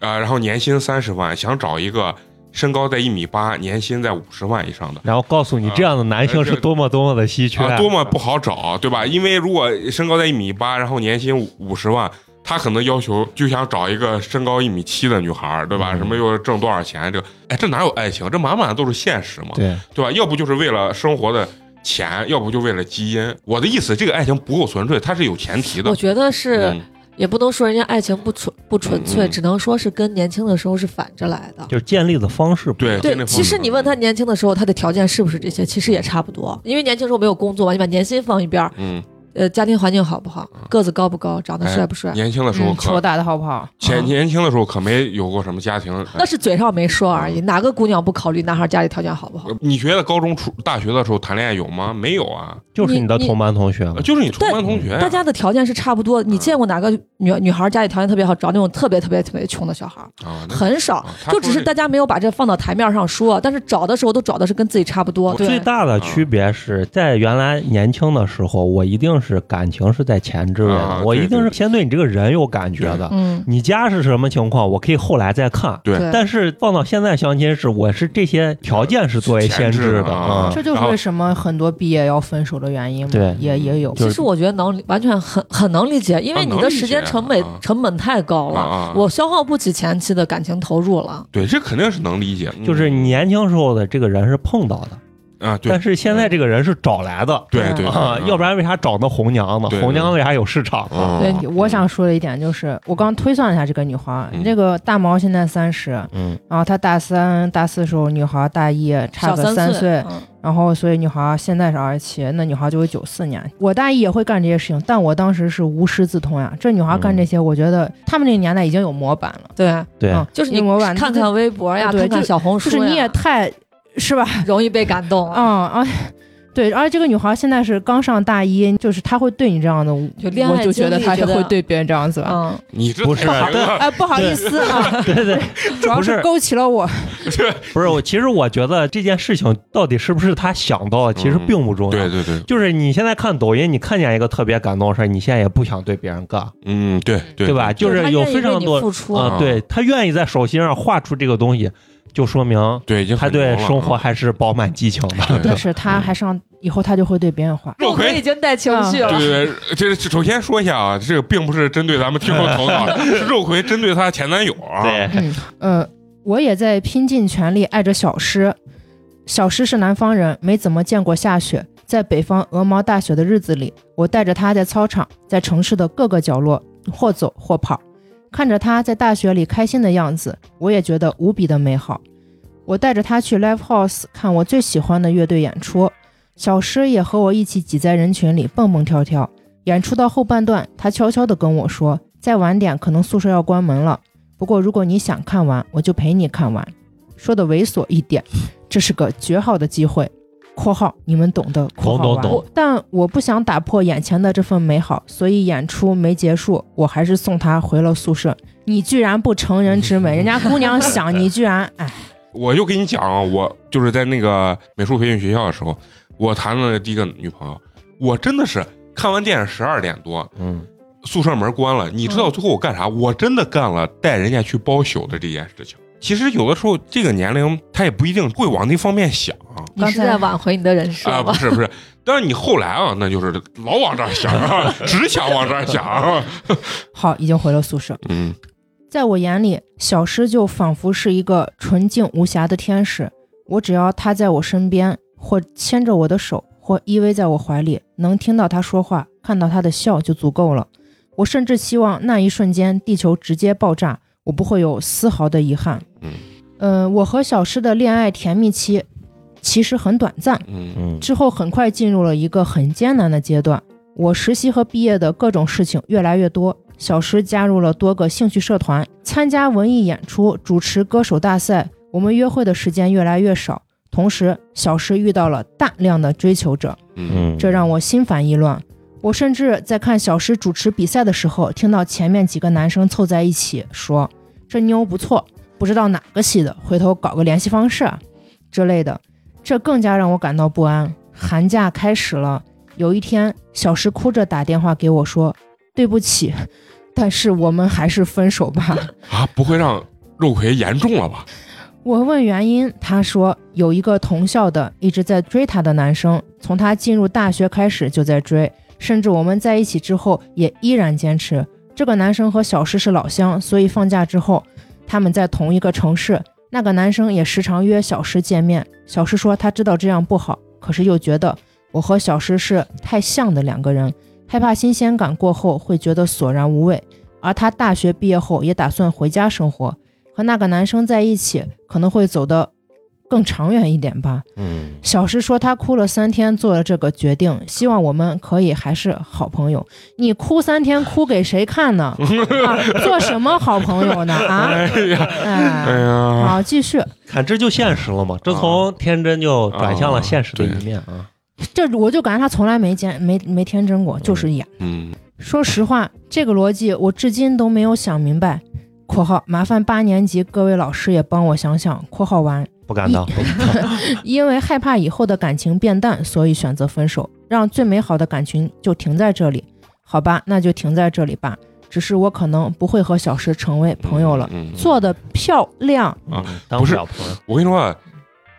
A: 啊、然后年薪三十万，想找一个身高在一米八，年薪在五十万以上的。
D: 然后告诉你
A: 啊
D: 这样的男性是多么多么的稀缺，
A: 啊，多么不好找，对吧？因为如果身高在一米八，然后年薪五十万，他可能要求就想找一个身高一米七的女孩儿，对吧？
D: 嗯
A: 什么又挣多少钱？这哎，这哪有爱情？这满满的都是现实嘛，
D: 对，
A: 对吧？要不就是为了生活的钱，要不就为了基因。我的意思，这个爱情不够纯粹，它是有前提的
C: 我。觉得是
A: 嗯
C: 也不能说人家爱情不纯不纯粹，
A: 嗯嗯
C: 只能说是跟年轻的时候是反着来的。
D: 就是建立的方式不一样
A: 对
C: 对，其实你问他年轻的时候他的条件是不是这些，其实也差不多，因为年轻时候没有工作嘛，你把年薪放一边儿，
A: 嗯，
C: 呃，家庭环境好不好，个子高不高，长得
A: 哎
C: 帅不帅，
A: 年轻的时候
B: 嗯，球
A: 可
B: 打的好不好？
A: 前
C: 啊
A: 年轻的时候可没有过什么家庭。
C: 那是嘴上没说而
A: 嗯
C: 已。哪个姑娘不考虑男孩家里条件好不好？
A: 呃你觉得高中初大学的时候谈恋爱有吗？没有啊，
D: 就是你的
C: 你
D: 同班同学嘛
A: 呃，就是你同班同学呀嗯
C: 大家的条件是差不多，你见过哪个女女孩家里条件特别好，找那种特别特别特别穷的小孩儿？
A: 啊，那
C: 很少
A: 啊，他
C: 就
A: 说
C: 只是
A: 这
C: 大家没有把这放到台面上说，但是找的时候都找的是跟自己差不多。
A: 我
C: 对
D: 最大的区别是在原来年轻的时候，我一定是感情是在前置位
A: 啊
D: 的，我
A: 对
D: 一定
A: 对
D: 是先对你这个人有感觉的。
C: 嗯，
D: 你家是什么情况，我可以后来再看。
A: 对嗯
C: 对
D: 但是放到现在相亲是，我是这些条件是作为先
A: 前
D: 置
A: 置的
D: 的
A: 啊
D: 啊。
B: 这就是
A: 然后
B: 为什么很多毕业要分手的原因嘛。
D: 对
B: 也也有。
D: 就
C: 其
D: 是
C: 实我觉得能完全很很能理解，因为
A: 啊
C: 你
A: 能
C: 的
A: 理
C: 时间
A: 解
C: 成本
A: 啊
C: 成本太高
A: 啊
C: 了，
A: 啊，
C: 我消耗不起前期的感情投入了。
A: 对这肯定是能理解，
D: 就是
A: 嗯
D: 年轻时候的这个人是碰到的，
A: 啊，对
D: 但是现在这个人是找来的
A: 对
B: 对
A: 对，嗯
D: 啊，要不然为啥找那红娘呢
A: 对？对
D: 红娘为啥有市场呢？
A: 对
B: 对，我想说的一点就是，我刚推算了一下这个女孩，
A: 嗯
B: 这个大毛现在三十，然
D: 嗯，
B: 后她大三、大四时候，女孩大一差
C: 小
B: 个三
C: 岁
B: 岁，，
C: 嗯
B: 然后所以女孩现在是二十七，那女孩就是九四年。我大一也会干这些事情，但我当时是无师自通呀。这女孩干这些，我觉得他们那个年代已经有模板了，
C: 对，
D: 嗯对，
B: 嗯，
C: 就是你
B: 有模板
C: 看看微博呀，
B: 啊对
C: 看看
B: 就
C: 小红
B: 就
C: 书
B: 是
C: 呀，
B: 你也太是吧？
C: 容易被感动啊。
B: 嗯啊，对，而且这个女孩现在是刚上大一，就是她会对你这样的，
C: 就恋
B: 我
C: 爱
B: 就觉得
C: 经历
B: 她是
C: 觉得
B: 会对别人这样子吧。
C: 嗯，
A: 你这
D: 不是
A: 太
D: 对
A: 了
B: 哎，不好意思
C: (laughs)
B: 啊，
D: 对对，
B: 主要
D: 不
B: 是
D: 是
B: 勾起了我。
D: 不是我，其实我觉得这件事情到底是不是他想到的，其实并不重要。
A: 嗯对对对，
D: 就是你现在看抖音，你看见一个特别感动的事儿，你现在也不想对别人干，
A: 嗯，对对
D: 对吧？？就
C: 他
D: 是
C: 愿
D: 有
C: 意
D: 非
C: 为
D: 常
C: 你
D: 多
C: 付出，
D: 啊、对他愿意在手心上画出这个东西，就说明
A: 对，已经
D: 他
A: 很
D: 对
A: 浓了
D: 生活
A: 啊
D: 还是饱满激情的。
B: (laughs)
A: 对
D: (laughs)
B: 但是她还上以后，她就会对别人画。
A: 肉
C: 我
A: 葵
C: 已经带情绪
B: 啊
C: 了
A: 对。对对，这是首先说一下啊，这个并不是针对咱们听众头脑，啊
D: (laughs)
A: 是肉葵针对她的前男友啊。，
B: 嗯，呃，我也在拼尽全力爱着小诗。小诗是南方人，没怎么见过下雪。在北方鹅毛大雪的日子里，我带着他在操场，在城市的各个角落或走或跑，看着他在大雪里开心的样子，我也觉得无比的美好。我带着他去 live house 看我最喜欢的乐队演出，小诗也和我一起挤在人群里蹦蹦跳跳。演出到后半段，他悄悄地跟我说，再晚点可能宿舍要关门了。不过如果你想看完，我就陪你看完。说的猥琐一点，这是个绝好的机会。（括号你们懂的）（括号完
D: 懂懂懂
B: 但我不想打破眼前的这份美好，所以演出没结束，我还是送他回了宿舍。你居然不成人之美，人家姑娘想你居然哎，
A: 我就跟你讲啊，我就是在那个美术培训学校的时候，我谈了第一个女朋友，我真的是看完电影十二点多，
D: 嗯，
A: 宿舍门关了，你知
B: 嗯
A: 道最后我干啥？我真的干了带人家去包宿的这件事情。其实有的时候这个年龄他也不一定会往那方面想
C: (laughs) 你是在挽回你的人设
A: 啊，不
C: 吧？
A: 是不是。但是你后来啊，那就是老往这儿想啊，只想往这儿想啊。
B: 好，已经回了宿舍。
A: 嗯，
B: 在我眼里，小诗就仿佛是一个纯净无瑕的天使。我只要她在我身边，或牵着我的手，或依偎在我怀里，能听到她说话，看到她的笑就足够了。我甚至希望那一瞬间，地球直接爆炸，我不会有丝毫的遗憾。
A: 嗯，
B: 呃，我和小诗的恋爱甜蜜期其实很短暂，
A: 嗯
D: 嗯，
B: 之后很快进入了一个很艰难的阶段。我实习和毕业的各种事情越来越多，小石加入了多个兴趣社团，参加文艺演出，主持歌手大赛。我们约会的时间越来越少，同时小石遇到了大量的追求者，
A: 嗯
B: 这让我心烦意乱。我甚至在看小石主持比赛的时候，听到前面几个男生凑在一起说：“这妞不错，不知道哪个系的，回头搞个联系方式啊之类的。”这更加让我感到不安。寒假开始了，有一天，小石哭着打电话给我说：“对不起，但是我们还是分手吧。”
A: 啊，不会让肉葵严重了吧？
B: 我问原因，他说有一个同校的一直在追她的男生，从她进入大学开始就在追，甚至我们在一起之后也依然坚持。这个男生和小诗是老乡，所以放假之后他们在同一个城市。那个男生也时常约小诗见面。小诗说他知道这样不好，可是又觉得我和小诗是太像的两个人，害怕新鲜感过后会觉得索然无味。而她大学毕业后也打算回家生活，和那个男生在一起可能会走得更长远一点吧。
D: 嗯，
B: 小石说他哭了三天做了这个决定，希望我们可以还是好朋友。你哭三天哭给谁
A: (laughs)
B: 看呢？啊，做什么好朋友呢？啊，
A: 哎呀，哎
B: 哎，
A: 呀，
B: 好，继续。
D: 看这就现实了嘛，这从天真就转向了现实的一面啊。
B: 这我就感觉他从来没见没没天真过，就是演。
A: 嗯，
B: 说实话，这个逻辑我至今都没有想明白。（括号麻烦八年级各位老师也帮我想想。）（括号完）
D: 不敢 (laughs) 当，不敢当
B: 因为害怕以后的感情变淡，所以选择分手，让最美好的感情就停在这里。好吧，那就停在这里吧。只是我可能不会和小石成为朋友了。
A: 嗯，嗯
B: 做的漂亮，
A: 啊
D: 当不了朋友。
A: 我跟你说啊，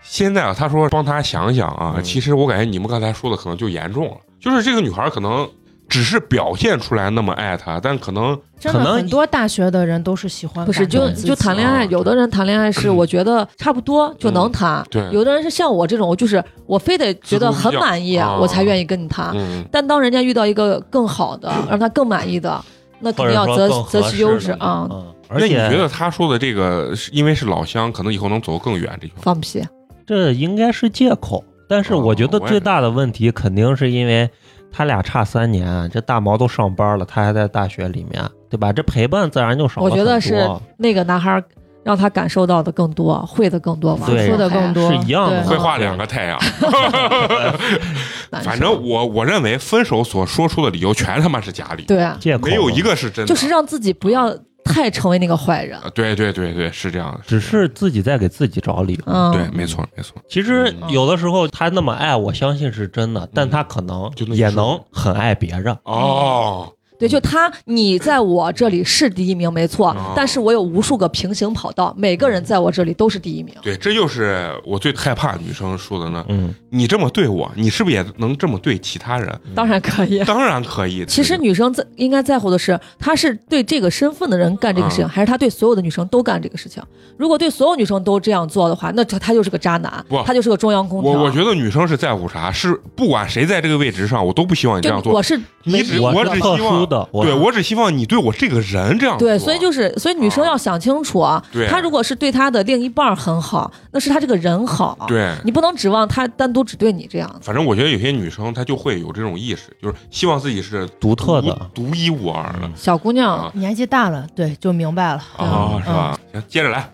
A: 现在啊，他说帮他想想啊，
D: 嗯
A: 其实我感觉你们刚才说的可能就严重了，就是这个女孩可能只是表现出来那么爱他，但可能
B: 真
D: 可
B: 的
D: 能
B: 很多大学的人都是喜欢
C: 不是，
B: 感动
C: 就
B: 自己
C: 就谈恋
A: 啊
C: 爱，有的人谈恋爱是我觉得差不多就能谈，
A: 嗯对
C: 有的人是像我这种，就是我非得觉得很满意
A: 自动一样啊
C: 我才愿意跟你谈。
A: 嗯，
C: 但当人家遇到一个更好
D: (clears throat)
C: 的，让他更满意的，那肯
D: 或者
C: 定要
D: 说
C: 择
D: 更
C: 择
D: 合
C: 其
D: 适
C: 优
D: 的
C: 质啊，
D: 嗯
C: 嗯
D: 而
A: 那你觉
D: 且
A: 得他说的这个，是因为是老乡，可能以后能走更远这句话，
C: 放屁。
D: 这应该是借口，但是
A: 哦
D: 我觉得
A: 我也
D: 最大的问题肯定是因为他俩差三年，这大毛都上班了，他还在大学里面，对吧？这陪伴自然就少了
C: 我觉得
D: 很
C: 是
D: 多
C: 那个男孩儿让他感受到的更多，会的更多，
A: (laughs)
C: 玩
D: 对
C: 出
B: 哎
C: 的更多，
D: 是一样的
C: 对
A: 会画两个太阳。
C: 难受
A: 啊反正我我认为分手所说出的理由全他妈是假理，
C: 对，啊
D: 借口，
A: 没有一。个是真的，
C: 就是让自己不要太成为那个坏人。
A: 啊对对对对，是这样的，
D: 只是自己在给自己找理由。
C: 嗯，
A: 对，没错没错，
D: 其实
A: 嗯
D: 有的时候他那么爱，我相信是真的，但他可能
A: 就那一
D: 也
A: 瞬
D: 能很爱别人。
A: 哦，
C: 对，就他，你在我这里是第一名，没错
A: 哦，
C: 但是我有无数个平行跑道，每个人在我这里都是第一名。
A: 对，这就是我最害怕女生说的呢，
D: 嗯，
A: 你这么对我，你是不是也能这么对其他人？
C: 当然可以。
A: 当然可以。
C: 其实女生在应该在乎的是，她是对这个身份的人干这个事情，
A: 嗯
C: 还是她对所有的女生都干这个事情？如果对所有女生都这样做的话，那他他就是个渣男
A: 不，
C: 他就是个中央空调。
A: 我我觉得女生是在乎啥？是不管谁在这个位置上，我都不希望你这样
C: 就
A: 做
C: 我。是
A: 你只
D: 我
A: 我
D: 是
A: 只
D: 特
A: 希
D: 殊
A: 望，
D: 的，我
A: 对我只希望你对我这个人这样做。
C: 对，所以就是，所以女生要想清楚啊
A: 对，
C: 她如果是对她的另一半儿很好，那是她这个人好，
A: 对。
C: 你不能指望她单独只对你这样。
A: 反正我觉得有些女生她就会有这种意识，就是希望自己是
D: 独特的，嗯
A: 独一无二的
C: 小姑娘
A: 啊，
B: 年纪大了，对，就明白了。
A: 啊，
B: 嗯
A: 是吧？行，接着来，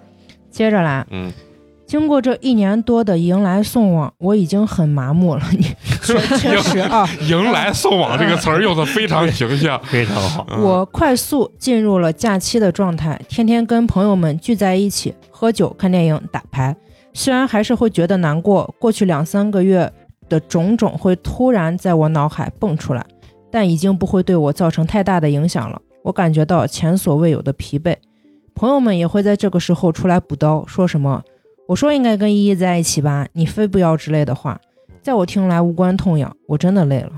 B: 接着来，
A: 嗯，
B: 经过这一年多的迎来送往，我已经很麻木了。你确确实啊，
A: 迎来送往这个词儿用的非常形象。
D: 非常好。
A: 嗯
B: 我快速进入了假期的状态，天天跟朋友们聚在一起喝酒、看电影、打牌。虽然还是会觉得难过，过去两三个月的种种会突然在我脑海蹦出来，但已经不会对我造成太大的影响了。我感觉到前所未有的疲惫，朋友们也会在这个时候出来补刀，说什么“我说应该跟依依在一起吧，你非不要”之类的话，在我听来无关痛痒。我真的累了。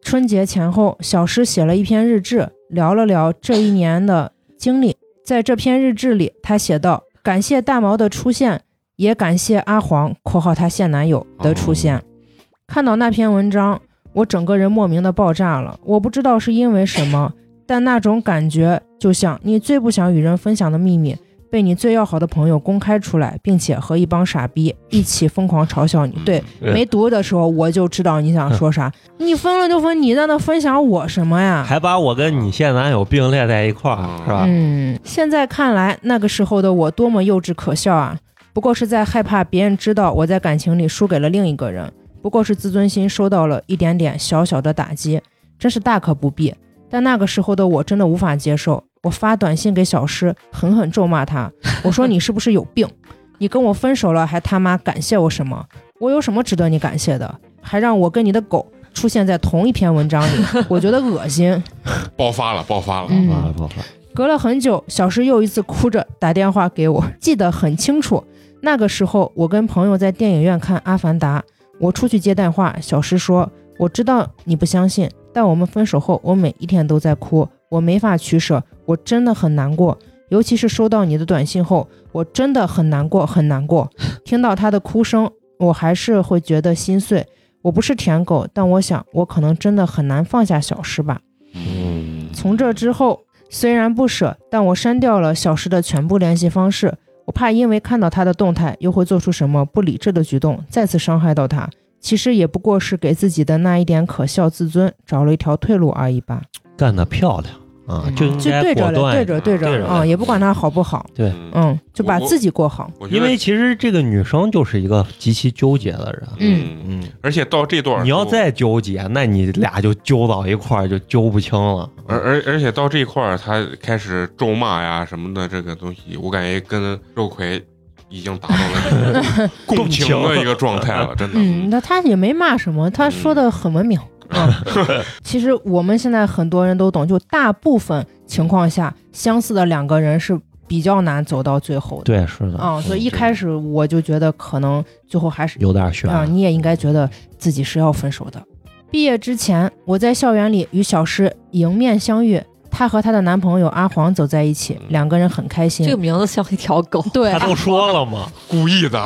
B: 春节前后，小诗写了一篇日志，聊了聊这一年的经历。在这篇日志里，他写道：“感谢大毛的出现，也感谢阿黄（括号她现男友）的出现。看到那篇文章，我整个人莫名的爆炸了。我不知道是因为什么，但那种感觉就像你最不想与人分享的秘密被你最要好的朋友公开出来，并且和一帮傻逼一起疯狂嘲笑你。对，
D: 嗯
B: 没读的时候我就知道你想说啥。你分了就分，你在那分享我什么呀？
D: 还把我跟你现男友并列在一块儿，
A: 啊
D: 是吧？
B: 嗯，现在看来，那个时候的我多么幼稚可笑啊！不过是在害怕别人知道我在感情里输给了另一个人，不过是自尊心受到了一点点小小的打击，真是大可不必。但那个时候的我真的无法接受，我发短信给小诗，狠狠咒骂他，我说你是不是有病？ (laughs) 你跟我分手了还他妈感谢我什么？我有什么值得你感谢的？还让我跟你的狗出现在同一篇文章里， (laughs) 我觉得恶心。
A: 爆发了，爆发了。
B: 嗯
D: 不啊好不好
B: 隔了很久，小石又一次哭着打电话给我，记得很清楚。那个时候，我跟朋友在电影院看《阿凡达》，我出去接电话，小石说：“我知道你不相信，但我们分手后，我每一天都在哭，我没法取舍，我真的很难过。尤其是收到你的短信后，我真的很难过，很难过。听到他的哭声，我还是会觉得心碎。我不是舔狗，但我想，我可能真的很难放下小石吧。”
A: 嗯
B: 从这之后，虽然不舍，但我删掉了小石的全部联系方式，我怕因为看到他的动态，又会做出什么不理智的举动，再次伤害到他。其实也不过是给自己的那一点可笑自尊找了一条退路而已吧。
D: 干得漂亮啊，
A: 嗯
D: 就应
B: 就
D: 该
B: 对着
D: 果
B: 了，
D: 断
B: 对
D: 一点
B: 着对
D: 对
B: 着
D: 着
B: 啊、
D: 来
B: 也不管他好不好，
D: 对，
A: 嗯，
B: 嗯，就把自己过好。
A: 我觉
D: 因
A: 得
D: 为其实这个女生就是一个极其纠结的人，
B: 嗯
A: 嗯，
D: 嗯，
A: 而且到这段儿
D: 你要
A: 就
D: 再纠结，那你俩就揪到一块儿就揪不清了。
A: 而而而且到这一块儿，他开始咒骂呀什么的，这个东西，我感觉跟肉葵已经达到了这个共情的一个状态了，真的。
B: 嗯，那他也没骂什么，
D: 嗯
B: 他说的很
D: (laughs)
B: 文明啊。其实我们现在很多人都懂，就大部分情况下，相似的两个人是比较难走到最后的。
D: 对，是的，
B: 啊，所以一
A: 对
B: 开始我就觉得可能最后还是
D: 有点悬。
B: 啊，你也应该觉得自己是要分手的。毕业之前，我在校园里与小石迎面相遇，她和她的男朋友阿黄走在一起，
D: 嗯
B: 两个人很开心。
C: 这个名字像一条
A: (laughs)
C: 狗。
B: 对
D: 他，都说了嘛，
A: 故意的，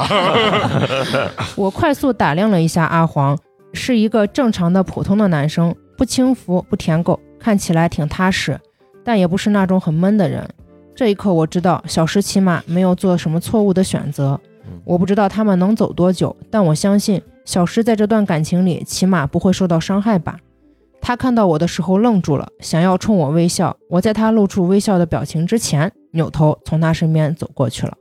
B: 我快速打量了一下阿黄，是一个正常的普通的男生，不轻浮，不舔狗，看起来挺踏实，但也不是那种很闷的人。这一刻，我知道小石起码没有做什么错误的选择
D: 嗯。
B: 我不知道他们能走多久，但我相信小石在这段感情里起码不会受到伤害吧。他看到我的时候愣住了，想要冲我微笑。我在他露出微笑的表情之前，扭头从他身边走过去了。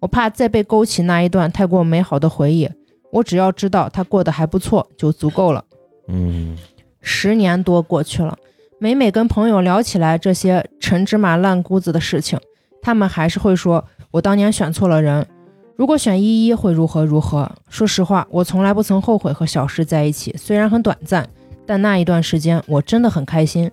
B: 我怕再被勾起那一段太过美好的回忆，我只要知道他过得还不错就足够了。
D: 嗯，
B: 十年多过去了，每每跟朋友聊起来这些陈芝麻烂谷子的事情，他们还是会说我当年选错了人，如果选依依会如何如何。说实话，我从来不曾后悔和小石在一起，虽然很短暂，但那一段时间我真的很开心。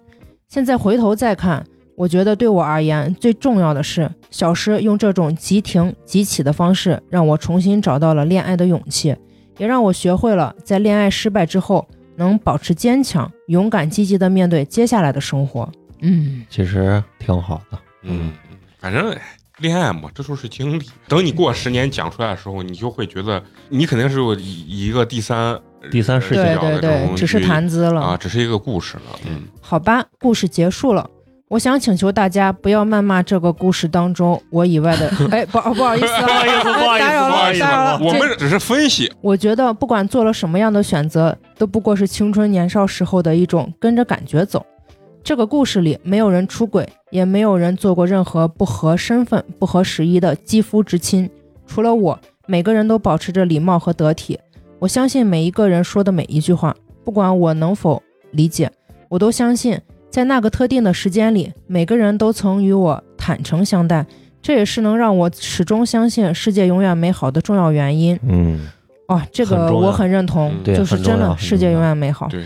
B: 现在回头再看，我觉得对我而言最重要的是，小石用这种急停急起的方式，让我重新找到了恋爱的勇气，也让我学会了在恋爱失败之后能保持坚强、勇敢、积极的面对接下来的生活。嗯，
D: 其实挺好的。
A: 嗯，反正哎恋爱嘛，这都是经历。等你过十年讲出来的时候，你就会觉得你肯定是有一一个第三
D: 第三视
A: 角
D: 角
B: 对
A: 的
B: 对
A: 这种
B: 对，只是
A: 去
B: 谈资了。
A: 啊，只是一个故事了。嗯，
B: 好吧，故事结束了。我想请求大家不要谩骂这个故事当中我以外的，哎，不不好意思啊，
D: 不好意思不好意思
B: 打扰
D: 不好
B: 了，
D: 意思
B: 打扰了。
A: 我
B: 啊这
A: 们只是分析，
B: 我觉得不管做了什么样的选择，都不过是青春年少时候的一种跟着感觉走。这个故事里，没有人出轨，也没有人做过任何不合身份、不合时宜的肌肤之亲，除了我，每个人都保持着礼貌和得体。我相信每一个人说的每一句话，不管我能否理解，我都相信，在那个特定的时间里，每个人都曾与我坦诚相待，这也是能让我始终相信世界永远美好的重要原因。
D: 嗯，
B: 哦，这
D: 很
B: 个
D: 重要
B: 我很认同，
A: 嗯
D: 对
B: 就是
D: 很重
B: 真
D: 要
B: 的，
D: 很
B: 世界
D: 重要
B: 永远美好。
A: 对，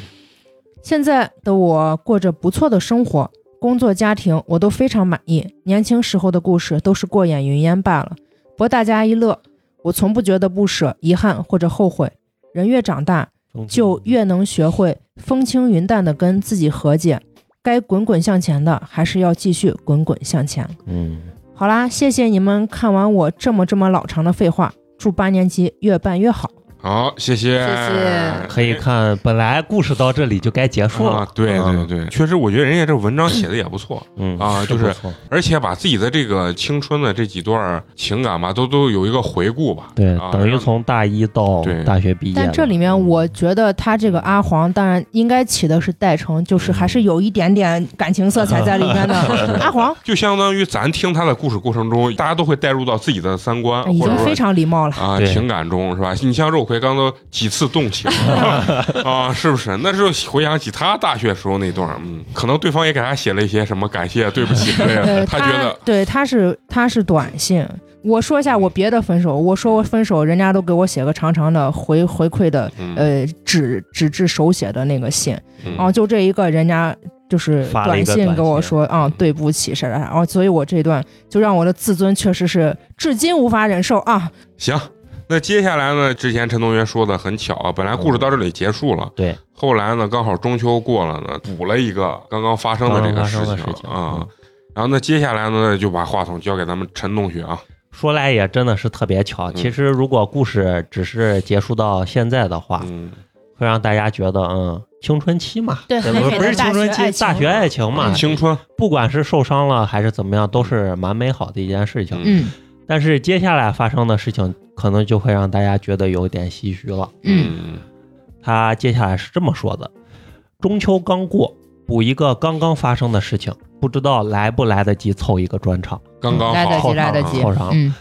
B: 现在的我过着不错的生活，工作、家庭我都非常满意。年轻时候的故事都是过眼云烟罢了，博大家一乐。我从不觉得不舍、遗憾或者后悔。人越长大，就越能学会风轻云淡的跟自己和解。该滚滚向前的，还是要继续滚滚向前。
D: 嗯，
B: 好啦，谢谢你们看完我这么这么老长的废话。祝八年级越办越好。
A: 好，谢谢，
C: 谢
D: 可以看，本来故事到这里就该结束
A: 啊
D: 了。，
A: 对对
D: 嗯
A: 对，确实，我觉得人家这文章写的也不错，
D: 嗯
A: 啊就是
D: 不错
A: 而且把自己的这个青春的这几段情感吧，都都有一个回顾吧。
D: 对，
A: 啊
D: 等于
A: 让
D: 从大一到
A: 对
D: 大学毕业了。
B: 但这里
A: 嗯
B: 面，我觉得他这个阿黄，当然应该起的是代称，就是还
A: 嗯
B: 是有一点点感情色彩在里
A: (laughs)
B: 面的。阿黄
A: 就相当于咱听他的故事过程中，大家都会带入到自己的三观，
B: 哎已
A: 或者
B: 经
A: 说
B: 非常礼貌了。
A: 啊
D: 对
A: 情感中是吧？你像肉葵刚都几次动情
B: (laughs)
A: 啊，是不是？那时候回想起他大学时候那段，嗯，可能对方也给他写了一些什么感谢、对不起之类
B: 呃，
A: 的， (laughs) 他
B: 他
A: 觉得
B: (laughs) 对他是他是短信。我说一下我别的分手，我说我分手，人家都给我写个长长的回回馈的，
A: 嗯
B: 呃，纸纸质手写的那个信，
A: 嗯
B: 啊，就这一个，人家就是
D: 发了一
B: 短
D: 个
B: 信
D: 短
B: 跟我
D: 信
B: 说
A: 嗯
B: 啊，对不起啥啥啥，哦，所以我这段就让我的自尊确实是至今无法忍受啊，
A: 行。那接下来呢？之前陈同学说的很巧啊，本来故事到这里结束了，
D: 对，
A: 后来呢，刚好中秋过了呢，补了一个刚刚发生的这
D: 刚
A: 个
D: 刚发
A: 事
D: 生的
A: 情
D: 事情
A: 啊。
D: 嗯
A: 然后呢，接下来呢，就把话筒交给咱们陈同学啊。
D: 说来也真的是特别巧。
A: 嗯
D: 其实如果故事只是结束到现在的话，
A: 嗯，
D: 会让大家觉得，嗯，青春期嘛，
E: 对
D: 不
E: 很
D: 是
E: 美
D: 不是
E: 的大
D: 青春
E: 学爱
D: 期，大
E: 情
D: 学爱情嘛，
A: 嗯青春，
D: 不管是受伤了还是怎么样，都是蛮美好的一件事情。
B: 嗯
D: 但是接下来发生的事情，可能就会让大家觉得有点唏嘘了。
B: 嗯
D: 他接下来是这么说的：中秋刚过，补一个刚刚发生的事情，不知道来不来得及凑一个专场。
A: 刚刚
B: 来得
A: 好啊
B: 及，来得及
D: 好长，
B: 嗯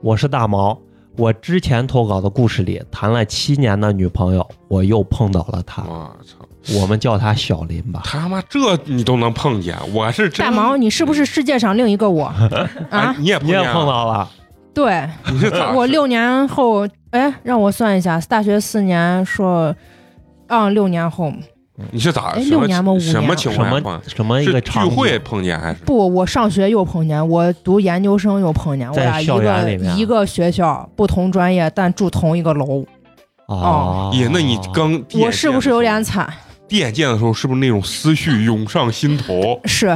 D: 我是大毛，我之前投稿的故事里谈了七年的女朋友，我又碰到了她，
A: 我操，
D: 我们叫她小林吧。
A: 他妈这你都能碰见，我是真
B: 大毛，你是不是世界上另一个我
A: 哎
B: 啊？
A: 你也碰
D: 你也
A: 见
D: 碰
A: 了，
D: 到了，
B: 对
A: 你是咋？
B: 我六年后，哎，让我算一下，大学四年说，嗯，六年后
A: 你是咋？
B: 哎
A: 什么
B: 六年吗五年
A: 什么情
D: 什
A: 况下碰
D: 么？什么一
A: 是
D: 个
A: 聚
D: 场景
A: 会碰见还是？
B: 不，我上学又碰见，我读研究生又碰见，我
D: 在
B: 俩一
D: 校园
B: 个
D: 里面
B: 一个学校，不同专业，但住同一个楼，
D: 哦，
A: 也，那你刚第一眼
B: 我是不是有点惨？
A: 电见的时候，是不是那种思绪涌上心头？
B: 是，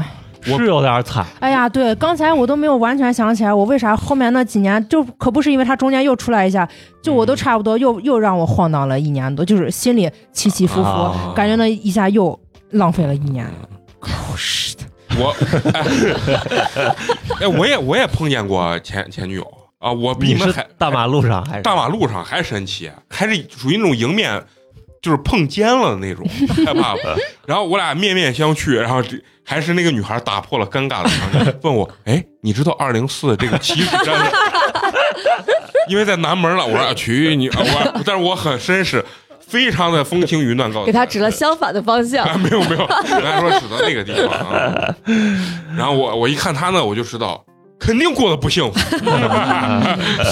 A: 我
D: 是有点惨，
B: 哎呀，对，刚才我都没有完全想起来，我为啥后面那几年就可不是因为他中间又出来一下，就
C: 嗯
B: 我都差不多又、又让我晃荡了一年多，就是心里起起伏伏，
D: 啊
B: 感觉那一下又浪费了一
C: (laughs)
B: 年。靠，是的，
A: 我哎 (laughs) 哎，我也我也碰见过前前女友啊，我比
D: 你
A: 们
D: 是
A: 还
D: 大马路上还是
A: 大马路上还神奇，啊还是属于那种迎面就是碰肩了那种， (laughs) 害怕了。然后我俩面面相觑，然后这还是那个女孩打破了尴尬的场
D: (laughs)
A: 景，问我：“哎，你知道二零四这个起始站吗？” (laughs) 因为在南门了，我说啊去你，啊我但是我很绅士，非常的风轻云淡告诉
C: 给他指了相反的方 (laughs) 向
A: (laughs) 啊，。没有没有，人家说指的那个地方
C: (laughs)
A: 啊。然后我我一看他呢，我就知道肯定过得不
C: (laughs)
A: 幸福。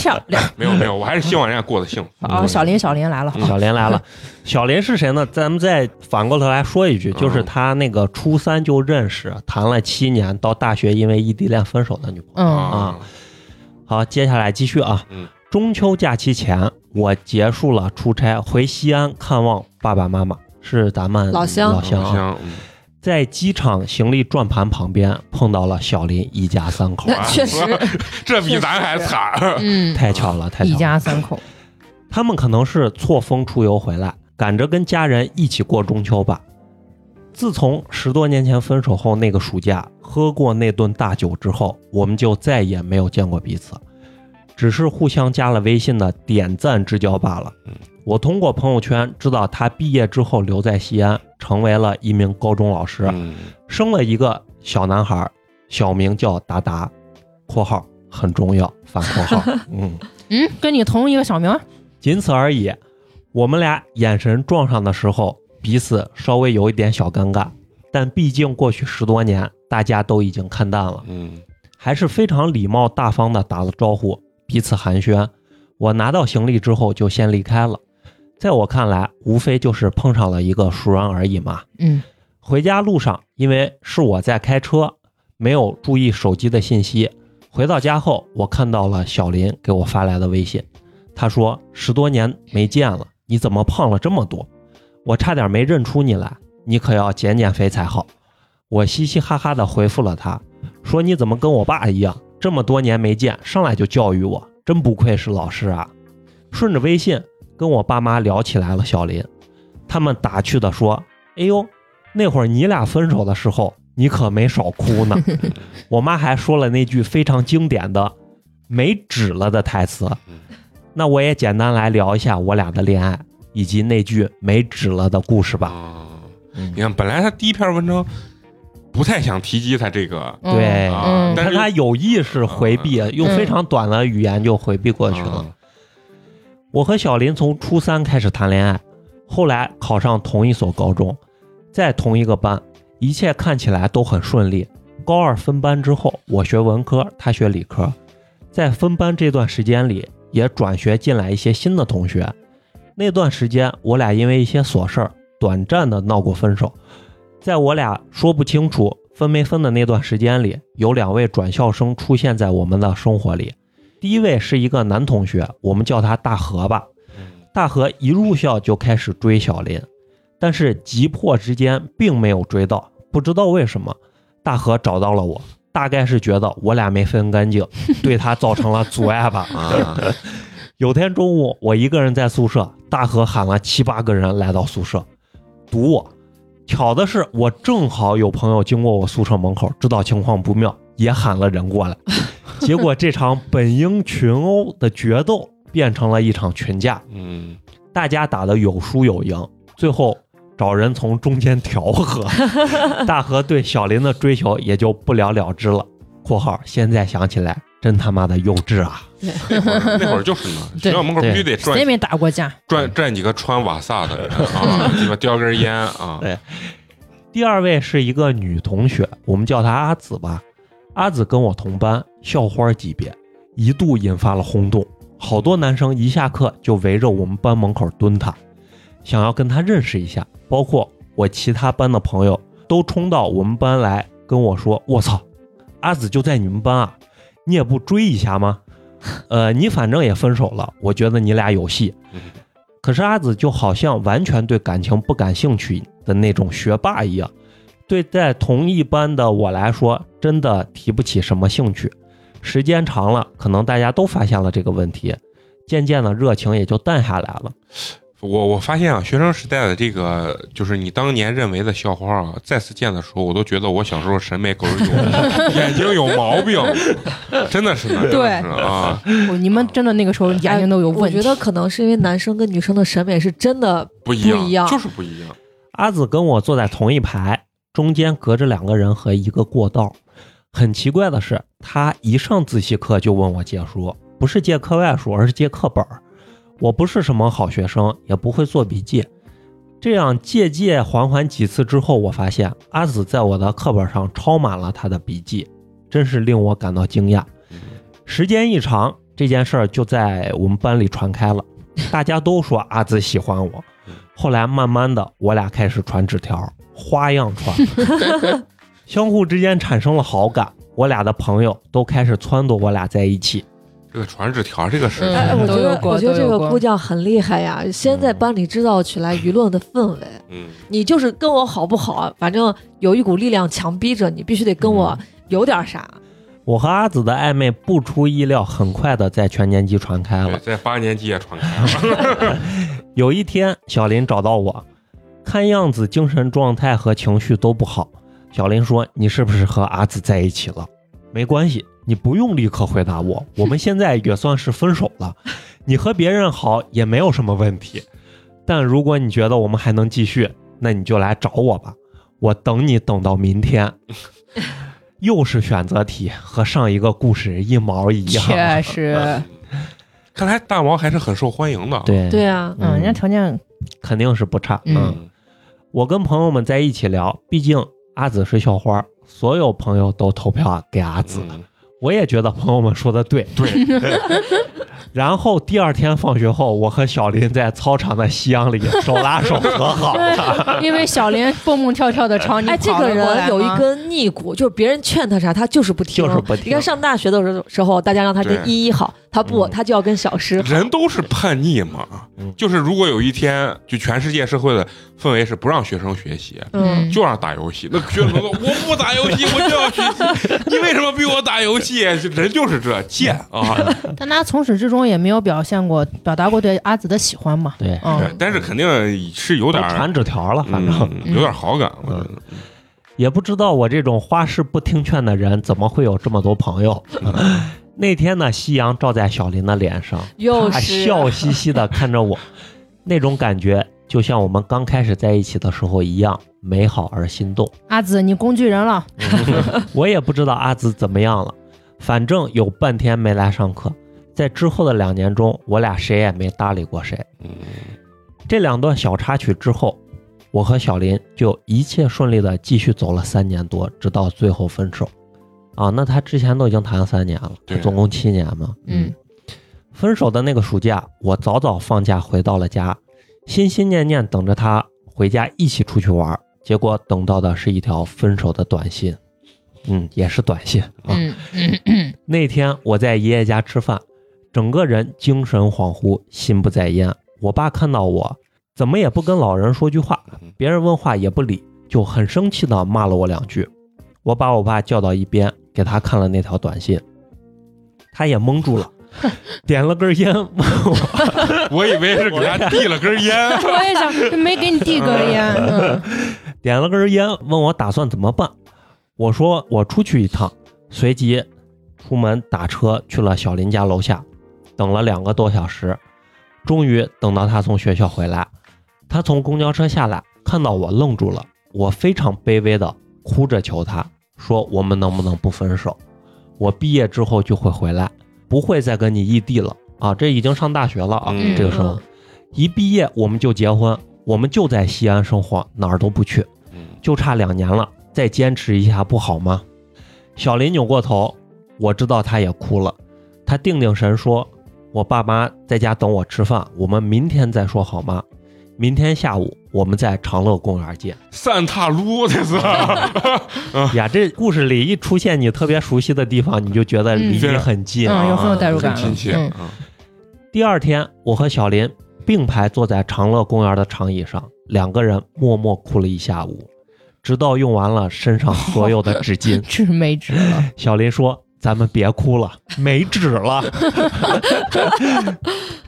B: 漂亮
A: 没有没有，我还是希望人家过得幸福。
C: 嗯
B: 啊！小林，小林来了，
D: 小
A: (laughs)
D: 林来了，小林是谁呢？咱们再反过头来说一
A: 嗯
D: 句，就是他那个初三就认识，谈了七年，到大学因为异地恋分手的女朋友。
B: 嗯
A: 啊，
D: 好，接下来继续啊
A: 嗯。
D: 中秋假期前，我结束了出差，回西安看望爸爸妈妈，是咱们
C: 老乡
D: 老乡、啊，
A: 香，嗯
D: 在机场行李转盘旁边碰到了小林一家三口，啊
C: 那确实，
A: 这比咱还惨。
B: 嗯，
D: 太巧了，太巧
B: 一
D: 了。
B: 家三口，
D: 他们可能是错峰出游回来，赶着跟家人一起过中秋吧。自从十多年前分手后那个暑假，喝过那顿大酒之后，我们就再也没有见过彼此，只是互相加了微信的点赞之交罢了
A: 嗯。
D: 我通过朋友圈知道他毕业之后留在西安，成为了一名高中老师。
A: 嗯
D: 生了一个小男孩，小名叫达达（括号很重要）反括
A: (laughs)
D: 号，嗯，
B: 嗯，跟你同一个小名啊儿，
D: 仅此而已。我们俩眼神撞上的时候，彼此稍微有一点小尴尬，但毕竟过去十多年，大家都已经看淡了，
A: 嗯，
D: 还是非常礼貌大方的打了招呼，彼此寒暄。我拿到行李之后就先离开了，在我看来，无非就是碰上了一个熟人而已嘛。
B: 嗯
D: 回家路上，因为是我在开车，没有注意手机的信息。回到家后，我看到了小林给我发来的微信，他说：“十多年没见了，你怎么胖了这么多？我差点没认出你来，你可要减减肥才好。”我嘻嘻哈哈的回复了他，说：“你怎么跟我爸一样，这么多年没见，上来就教育我，真不愧是老师啊！”顺着微信跟我爸妈聊起来了小林，他们打趣的说：“哎呦，那会儿你俩分手的时候，你可没少哭呢。我妈还说了那句非常经典的“没纸了”的台词。那我也简单来聊一下我俩的恋爱，以及那句“没纸了”的故事吧。
A: 啊，你看，本来他第一篇文章不太想提及他这个，
B: 嗯
D: 对
A: 啊
B: 嗯，
A: 但
D: 但
A: 是
D: 哎他有意识回避，用非常短的语言就回避过去了。
A: 嗯
D: 我和小林从初三开始谈恋爱，后来考上同一所高中，在同一个班，一切看起来都很顺利。高二分班之后，我学文科，他学理科，在分班这段时间里，也转学进来一些新的同学。那段时间，我俩因为一些琐事儿，短暂的闹过分手。在我俩说不清楚分没分的那段时间里，有两位转校生出现在我们的生活里。第一位是一个男同学，我们叫他大河吧。大河一入校就开始追小林，但是急迫之间并没有追到，不知道为什么，大河找到了我，大概是觉得我俩没分干净，对他造成了阻碍吧。
A: 嗯啊，
D: 有天中午，我一个人在宿舍，大河喊了七八个人来到宿舍堵我。巧的是，我正好有朋友经过我宿舍门口，知道情况不妙，也喊了人过来。结果这场本应群殴的决斗变成了一场群架，
A: 嗯，
D: 大家打得有输有赢，最后找人从中间调和。大河对小林的追求也就不了了之了。（括号现在想起来，真他妈的幼稚啊
A: 那会儿那会儿就是呢，学
B: 对
A: 校门口必须得
B: 谁也
A: 转
B: 没打过架？
A: 转站几个穿瓦萨的人啊，鸡巴叼根烟啊，
D: 对！）第二位是一个女同学，我们叫她阿紫吧。阿紫跟我同班，校花级别，一度引发了轰动。好多男生一下课就围着我们班门口蹲她，想要跟她认识一下。包括我其他班的朋友都冲到我们班来跟我说：“我操，阿紫就在你们班啊，你也不追一下吗？呃，你反正也分手了，我觉得你俩有戏
A: 嗯。”
D: 可是阿紫就好像完全对感情不感兴趣的那种学霸一样，对在同一班的我来说，真的提不起什么兴趣。时间长了，可能大家都发现了这个问题，渐渐的热情也就淡下来了。
A: 我我发现啊，学生时代的这个，就是你当年认为的校花啊，再次见的时候，我都觉得我小时候审美狗日
C: (laughs)
A: 有眼睛有毛病，真的是呢，真的是呢啊，
B: 我哦你们真的那个时候眼睛都有
C: 嗯我
B: 问题。
C: 觉得可能是因为男生跟女生的审美是真的
A: 不一样，
C: 不一样
A: 就是不一样。
D: 阿紫跟我坐在同一排，中间隔着两个人和一个过道。很奇怪的是，他一上自习课就问我借书，不是借课外书，而是借课本儿。我不是什么好学生，也不会做笔记。这样借借还还几次之后，我发现阿紫在我的课本上抄满了他的笔记，真是令我感到惊讶。时间一长，这件事儿就在我们班里传开了，大家都说阿紫喜欢我。后来慢慢的，我俩开始传纸条，花样传，相互之间产生了好感。我俩的朋友都开始撺掇我俩在一起。
A: 这个传纸条这个事
C: 哎，
A: 情，
C: 我觉
B: 都有
C: 得
B: 过
C: 我觉得
B: 都有
C: 这个
B: 过
C: 姑娘很厉害呀，先在班里制造起来舆论的氛围。
A: 嗯，
C: 你就是跟我好不好啊？反正有一股力量强逼着你，必须得跟我有点啥。
D: 我和阿紫的暧昧不出意料，很快的在全年级传开
A: 嗯对
D: 了。
A: 在八年级也传开了，
D: 有一天，小林找到我，看样子精神状态和情绪都不好。小林说：“你是不是和阿紫在一起了？”没关系，你不用立刻回答我，我们现在也算是分手了。你和别人好也没有什么问题，但如果你觉得我们还能继续，那你就来找我吧，我等你等到明天。又是选择题，和上一个故事一毛一样。
B: 确实，
A: 嗯看来大毛还是很受欢迎的。，
D: (laughs) 对
C: 对，啊，
B: 嗯，人家条件
D: 肯定是不差。
B: 嗯
A: 嗯，
D: 我跟朋友们在一起聊，毕竟阿紫是校花，所有朋友都投票给阿紫。
A: 嗯
D: 我也觉得朋友们说的对。
C: (laughs)
A: 对，
D: 然后第二天放学后，我和小林在操场的夕阳里手拉手和
C: (laughs)
D: 好了。
B: 因为小林蹦蹦跳跳的朝你
C: 嗯哎，这
B: 跑了
C: 个
B: 过来
C: 人有
B: 吗
C: 一根逆骨，就是别人劝他啥，他就是不听。
D: 就是不听
C: 你看上大学的时候时候，大家让他跟
A: 对
C: 依依好，他不，
D: 嗯
C: 他就要跟小诗好。
A: 人都是叛逆嘛
D: 嗯，
A: 就是如果有一天，就全世界社会的氛围是不让学生学习，
C: 嗯，
A: 就让打游戏。那学生说：“ (laughs) 我不打游戏，我就要学习。你为什么逼我打游戏？人就是这贱
D: 嗯
A: 啊！
B: 但他从始至终也没有表现过、表达过对阿紫的喜欢嘛。
D: 对，
A: 对
D: (laughs)
B: 嗯，
A: 但是肯定是有
D: 都
A: 点儿
D: 传纸条了，反正、嗯
A: 嗯有点好感了。
D: 也不知道我这种花式不听劝的人怎么会有这么多朋友。
A: 嗯
D: 那天呢，夕阳照在小林的脸上，
C: 又
D: 他
C: 是
D: 笑嘻嘻的看着我，那种感觉就像我们刚开始在一起的时候一样，美好而心动。
B: 阿紫，你工具人了，
D: 我也不知道阿紫怎么样了，反正有半天没来上课。在之后的两年中，我俩谁也没搭理过谁。
A: 嗯
D: 这两段小插曲之后，我和小林就一切顺利的继续走了三年多，直到最后分手。啊，那他之前都已经谈了三年了，
A: 对
D: 总共七年嘛。
B: 嗯，
D: 分手的那个暑假，我早早放假回到了家，心心念念等着他回家一起出去玩儿。结果等到的是一条分手的短信，嗯，也是短信啊。
B: 嗯嗯，
D: 那天我在爷爷家吃饭，整个人精神恍惚，心不在焉。我爸看到我，怎么也不跟老人说句话，别人问话也不理，就很生气的骂了我两句。我把我爸叫到一边，给他看了那条短信，他也懵住了，点了根烟，
A: 我以为是给他递了根烟，
B: (laughs)
D: (laughs)
B: 我也想，没给你递根烟。 (laughs) 嗯
D: 点了根烟，问我打算怎么办。我说我出去一趟，随即出门打车去了小林家楼下，等了两个多小时，终于等到他从学校回来。他从公交车下来，看到我愣住了，我非常卑微的哭着求他说：“我们能不能不分手？我毕业之后就会回来，不会再跟你异地了啊！这已经上大学了啊，
A: 嗯
D: 这个时候
C: 嗯
D: 一毕业我们就结婚，我们就在西安生活，哪儿都不去。”
A: 嗯
D: 就差两年了，再坚持一下不好吗？小林扭过头，我知道他也哭了。他定定神说：“我爸妈在家等我吃饭，我们明天再说好吗？明天下午我们在长乐公园见。
A: 散踏撸这是，
D: 嗯呀，这故事里一出现你特别熟悉的地方，你就觉得离你很近。啊
B: 嗯，有很有代入
A: 很
B: 感，
A: 亲切
B: 嗯，
A: 啊，
D: 第二天，我和小林并排坐在长乐公园的长椅上，两个人默默哭了一下午，直到用完了身上所有的纸巾。
B: 这是没纸了。
D: 小林说：“咱们别哭了，没纸了。” (laughs)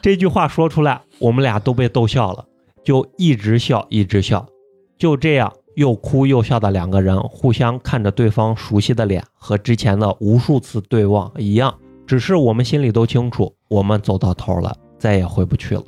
D: 这句话说出来，我们俩都被逗笑了，就一直笑，一直笑。就这样，又哭又笑的两个人，互相看着对方熟悉的脸，和之前的无数次对望一样，只是我们心里都清楚，我们走到头了，再也回不去了。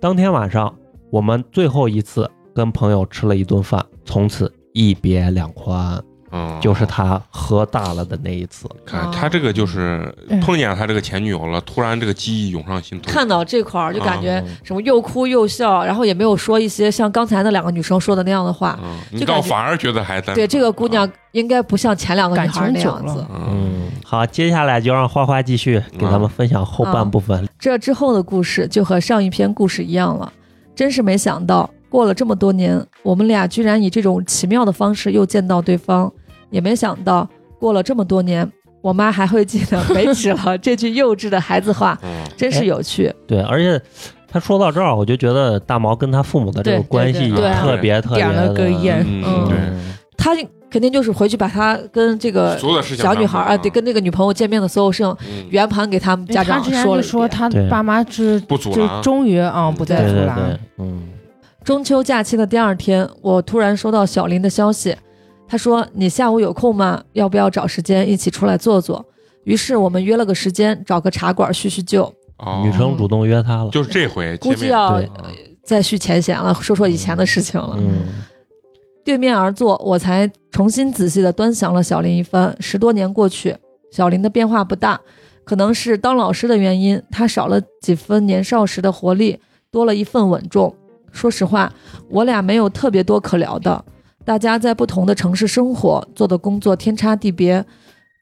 D: 当天晚上，我们最后一次跟朋友吃了一顿饭，从此一别两宽。
A: 嗯，
D: 就是他喝大了的那一次。
A: 看他这个就是
B: 嗯
A: 碰见他这个前女友了，突然这个记忆涌上心头，
C: 看到这块儿就感觉
D: 嗯
C: 什么又哭又笑，然后也没有说一些像刚才那两个女生说的那样的话。
A: 嗯，你
C: 就感觉
A: 倒反而觉得还在
C: 对，这个姑娘应该不像前两个女孩那样
B: 感情久
C: 子
B: 了。
A: 嗯，
D: 嗯，好，接下来就让花花继续给咱们分享后半部分。
C: 这之后的故事就和上一篇故事一样了，真是没想到，过了这么多年，我们俩居然以这种奇妙的方式又见到对方，也没想到过了这么多年，我妈还会记
B: (laughs)
C: 得没纸了这句幼稚的孩子话，
A: 嗯，
C: 真
B: 哎
C: 是有趣。
D: 对，而且他说到这儿，我就觉得大毛跟他父母的这个
C: 对
D: 关系
C: 对
A: 对对
D: 特别特别
B: 点了
D: 的
B: 根烟，
A: 嗯
C: 嗯
A: 对。
D: 嗯
C: 她肯定就是回去把她跟这个
A: 所有的事情
C: 小女孩儿啊，对，跟那个女朋友见面的所有事情
A: 嗯
C: 圆盘给他们家
B: 他
C: 长
B: 之前
C: 说
B: 就
C: 了一
B: 说
C: 遍。
B: 他
D: 对
B: 爸妈之
A: 不阻
B: 就
A: 拦，
B: 终于啊不再
D: 对
B: 阻
D: 对
B: 拦
D: 对，，嗯，
C: 中秋假期的第二天，我突然收到小林的消息，他说：“你下午有空吗？要不要找时间一起出来坐坐？”于是我们约了个时间，找个茶馆叙叙旧，
A: 哦
D: 女生主动约他了，
A: 就是这回
C: 估计
A: 前面
C: 要
D: 对
A: 嗯
C: 再续前嫌了，说说以前的事情了。
D: 嗯，
C: 对面而坐，我才重新仔细地端详了小林一番。十多年过去，小林的变化不大，可能是当老师的原因，他少了几分年少时的活力，多了一份稳重。说实话，我俩没有特别多可聊的，大家在不同的城市生活，做的工作天差地别，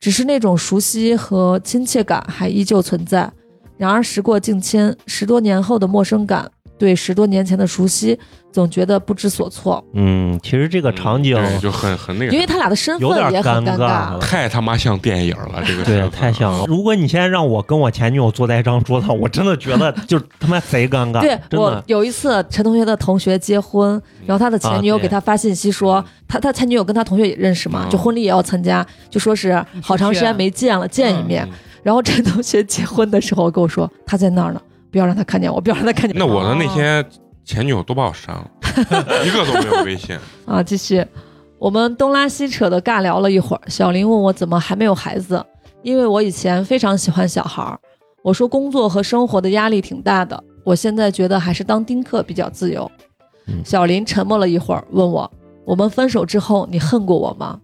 C: 只是那种熟悉和亲切感还依旧存在。然而时过境迁，十多年后的陌生感对十多年前的熟悉，总觉得不知所措。
D: 嗯，其实这个场景
A: 对就很很那
C: 因
A: 个，
C: 为他俩的身份
D: 有点
C: 也很
D: 尴
C: 尬。
D: 尬了。
A: 太他妈像电影了，这个
D: 对
A: 是，
D: 太像了。如果你现在让我跟我前女友坐在一张桌子上，我真的觉得就他妈贼尴尬。
C: 对
D: 真
C: 我
D: 的，
C: 有一次，陈同学的同学结婚，然后他的前女友
D: 啊对
C: 给他发信息说，
D: 嗯
C: 他他前女友跟他同学也认识嘛，
A: 嗯
C: 就婚礼也要参加，就说是好长时间没见了，见一面。
A: 嗯
C: 然后陈同学结婚的时候跟我说他在那儿呢，不要让他看见我，不要让他看见
A: 那我的那些前女友都把我删了，一个都没有微
D: (laughs)
A: 信。
C: 啊。继续，我们东拉西扯的尬聊了一会儿，小林问我怎么还没有孩子，因为我以前非常喜欢小孩儿，我说工作和生活的压力挺大的，我现在觉得还是当丁克比较自由。
D: 嗯
C: 小林沉默了一会儿，问我：“我们分手之后，你恨过我吗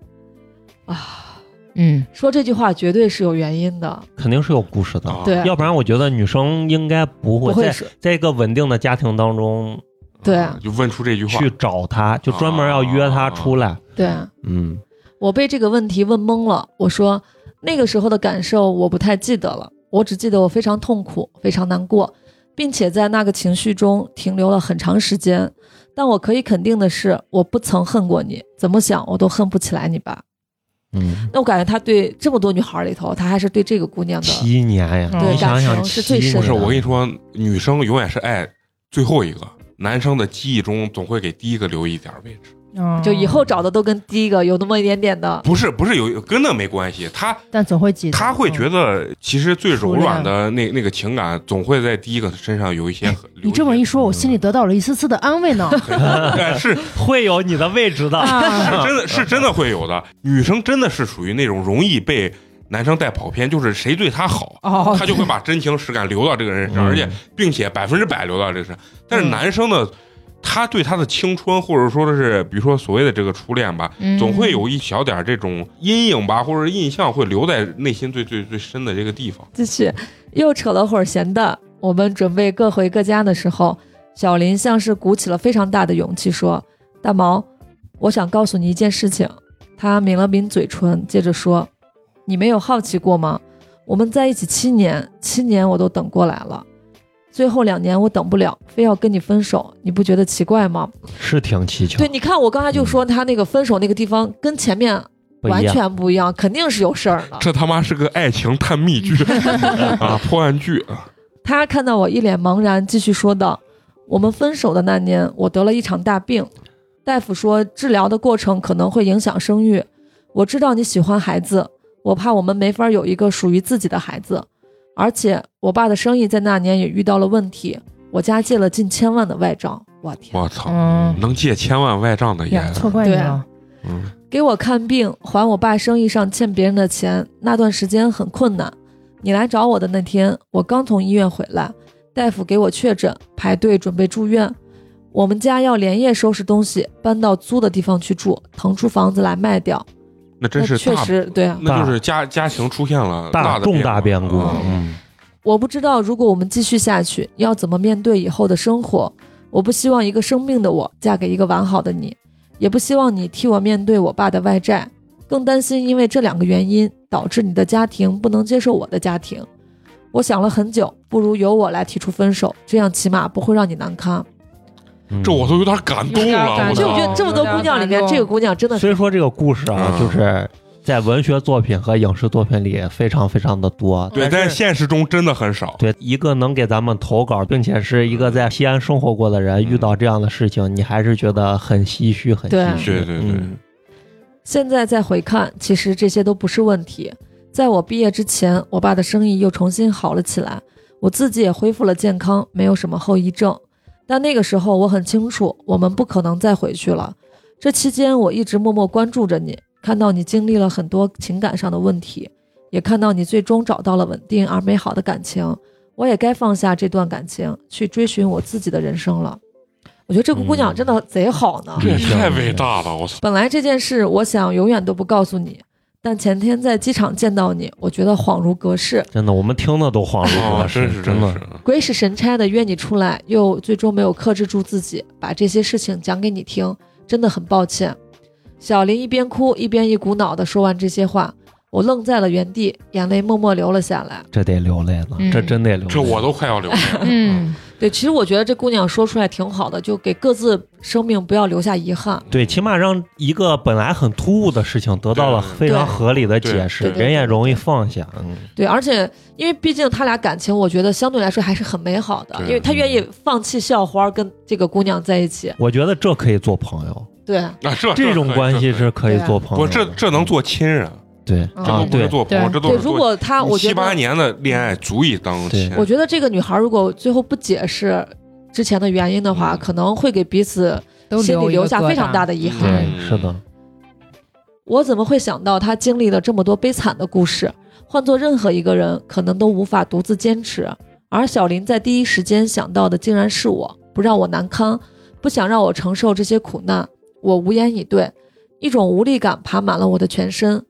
B: 嗯？”，
C: 说这句话绝对是有原因的，
D: 肯定是有故事的，
A: 啊
C: 对
D: 要不然我觉得女生应该不
C: 不
D: 会
C: 会
D: 在
C: 说
D: 在一个稳定的家庭当中
C: 对
A: 啊就问出这句话，啊
D: 去找他，就专门要约他出来。
C: 对。啊
D: 嗯，
C: 我被这个问题问懵了，我说那个时候的感受我不太记得了，我只记得我非常痛苦，非常难过，并且在那个情绪中停留了很长时间。但我可以肯定的是，我不曾恨过你，怎么想我都恨不起来你吧。
D: 嗯，
C: 那我感觉他对这么多女孩里头，他还是对这个姑娘的
D: 七年呀，
B: 对
D: 你想
C: 嗯感
D: 想，
C: 情是最
D: 七
C: 深
A: 不
D: 年
A: 是我跟你说，女生永远是爱最后一个，男生的记忆中总会给第一个留一点位置。
B: 嗯
C: 就以后找的都跟第一个有那么一点点的，
A: 不是不是有跟那没关系，他
B: 但总会记得，
A: 他会觉
B: 嗯
A: 得其实最柔软的那那个情感，总会在第一个身上有一些很。
B: 你这么一说，我心里得到了一丝丝的安慰呢。
A: (laughs) 哎，是
D: 会有你的位置的。
B: (laughs) 啊，
A: 是真 (laughs) 的是真的会有的，女生真的是属于那种容易被男生带跑偏，就是谁对她好，
B: 哦，
A: 她就会把真情实感留到这个人身上，
D: 嗯
A: 而且并且百分之百留到这个身上。但是男生呢，
B: 嗯
A: 他对他的青春，或者说的是，比如说所谓的这个初恋吧，
B: 嗯
A: 总会有一小点儿这种阴影吧，或者印象会留在内心最最最深的这个地方。
C: 继续又扯了会儿闲的。我们准备各回各家的时候，小林像是鼓起了非常大的勇气说：“大毛，我想告诉你一件事情。”他抿了抿嘴唇，接着说：“你没有好奇过吗？我们在一起七年，七年我都等过来了，最后两年我等不了，非要跟你分手，你不觉得奇怪吗？”
D: 是挺蹊跷，
C: 对，你看我刚才就说他那个分手那个地方跟前面
D: 嗯不
C: 完
D: 一样。
C: 全不一样，肯定是有事儿的。
A: 这他妈是个爱情探秘
B: (laughs)
A: 剧啊，破案剧啊！
C: 他看到我一脸茫然，继续说道：“我们分手的那年，我得了一场大病，大夫说治疗的过程可能会影响生育。我知道你喜欢孩子，我怕我们没法有一个属于自己的孩子，而且我爸的生意在那年也遇到了问题，我家借了近千万的外账。我天！
A: 我操，
B: 嗯，
A: 能借千万外账的
B: 呀，
A: 也，
B: 错怪你了。
A: 嗯，
C: 给我看病，还我爸生意上欠别人的钱，那段时间很困难。你来找我的那天，我刚从医院回来，大夫给我确诊，排队准备住院。我们家要连夜收拾东西，搬到租的地方去住，腾出房子来卖掉。
A: 那真
C: 那
A: 是
C: 确
A: 大
C: 实，对啊，
A: 那就是家家庭出现了
D: (laughs) 大
A: 的
D: 重大变故，
A: 啊
D: 嗯，
C: 我不知道如果我们继续下去，要怎么面对以后的生活。我不希望一个生病的我嫁给一个完好的你，也不希望你替我面对我爸的外债，更担心因为这两个原因导致你的家庭不能接受我的家庭。我想了很久，不如由我来提出分手，这样起码不会让你难堪。
D: 嗯
A: 这我都有点感动了，我
B: 有点感
C: 就
B: 动
C: 我觉
A: 操！
C: 得这么多姑娘里面
B: 有点感，动
C: 这个姑娘真的是
D: 虽说这个故事啊，
A: 嗯
D: 就是在文学作品和影视作品里非常非常的多，
A: 对，
D: 但
A: 在
D: 是
A: 现实中真的很少。
D: 对一个能给咱们投稿，并且是一个在西安生活过的人，遇
A: 嗯
D: 到这样的事情，你还是觉得很唏嘘，很
C: 对
D: 唏嘘。
A: 对对对
D: 嗯
C: 现在再回看，其实这些都不是问题。在我毕业之前，我爸的生意又重新好了起来，我自己也恢复了健康，没有什么后遗症。但那个时候我很清楚，我们不可能再回去了。这期间，我一直默默关注着你，看到你经历了很多情感上的问题，也看到你最终找到了稳定而美好的感情。我也该放下这段感情，去追寻我自己的人生了。我觉得这个姑娘
D: 嗯
C: 真的贼好呢，
A: 这也太伟大了，我操！
C: 本来这件事我想永远都不告诉你，但前天在机场见到你，我觉得恍如隔世，
D: 真的，我们听的都恍如
A: 啊，真
D: 隔世，
A: 是
D: 嗯真
A: 真
D: 的
A: 是。
C: 鬼使神差的约你出来，又最终没有克制住自己，把这些事情讲给你听，真的很抱歉。小林一边哭一边一股脑的说完这些话，我愣在了原地，眼泪默默流了下来。
D: 这得流泪了，
B: 嗯
D: 这真得流泪。
A: 这我都快要流泪了。
B: 嗯，
C: 对，其实我觉得这姑娘说出来挺好的，就给各自生命不要留下遗憾。
D: (laughs) 对，起码让一个本来很突兀的事情得到了
A: 对
D: 非常合理的解释，
C: 对对对对
D: 人也容易放下。嗯，
C: 对，而且因为毕竟他俩感情，我觉得相对来说还是很美好的，
A: 对
C: 因为他愿意放弃校花跟这个姑娘在一起。
D: 我觉得这可以做朋友，
C: 对，
A: 那 (laughs) 啊这
D: 这种关系是可以做朋
A: 不
D: 友
A: 这
D: 的。
A: 这能做亲人，
D: 对
B: 嗯
A: 这
D: 啊
A: 都，不是
D: 对，
A: 做朋友，
B: 对
A: 这都
C: 对，
A: 是
C: 如
A: 做
C: 果他，我觉
A: 七八
C: 得，
A: 年的恋爱足以当亲
D: 对。
C: 我觉得这个女孩如果最后不解释之前的原因的话，
A: 嗯
C: 可能会给彼此
B: 都
C: 心里留下非常大
B: 的
C: 的遗
A: 嗯
C: 憾。
D: 对，是的，
C: 我怎么会想到她经历了这么多悲惨的故事？换做任何一个人，可能都无法独自坚持。而小林在第一时间想到的，竟然是我，不让我难堪，不想让我承受这些苦难。我无言以对，一种无力感爬满了我的全身。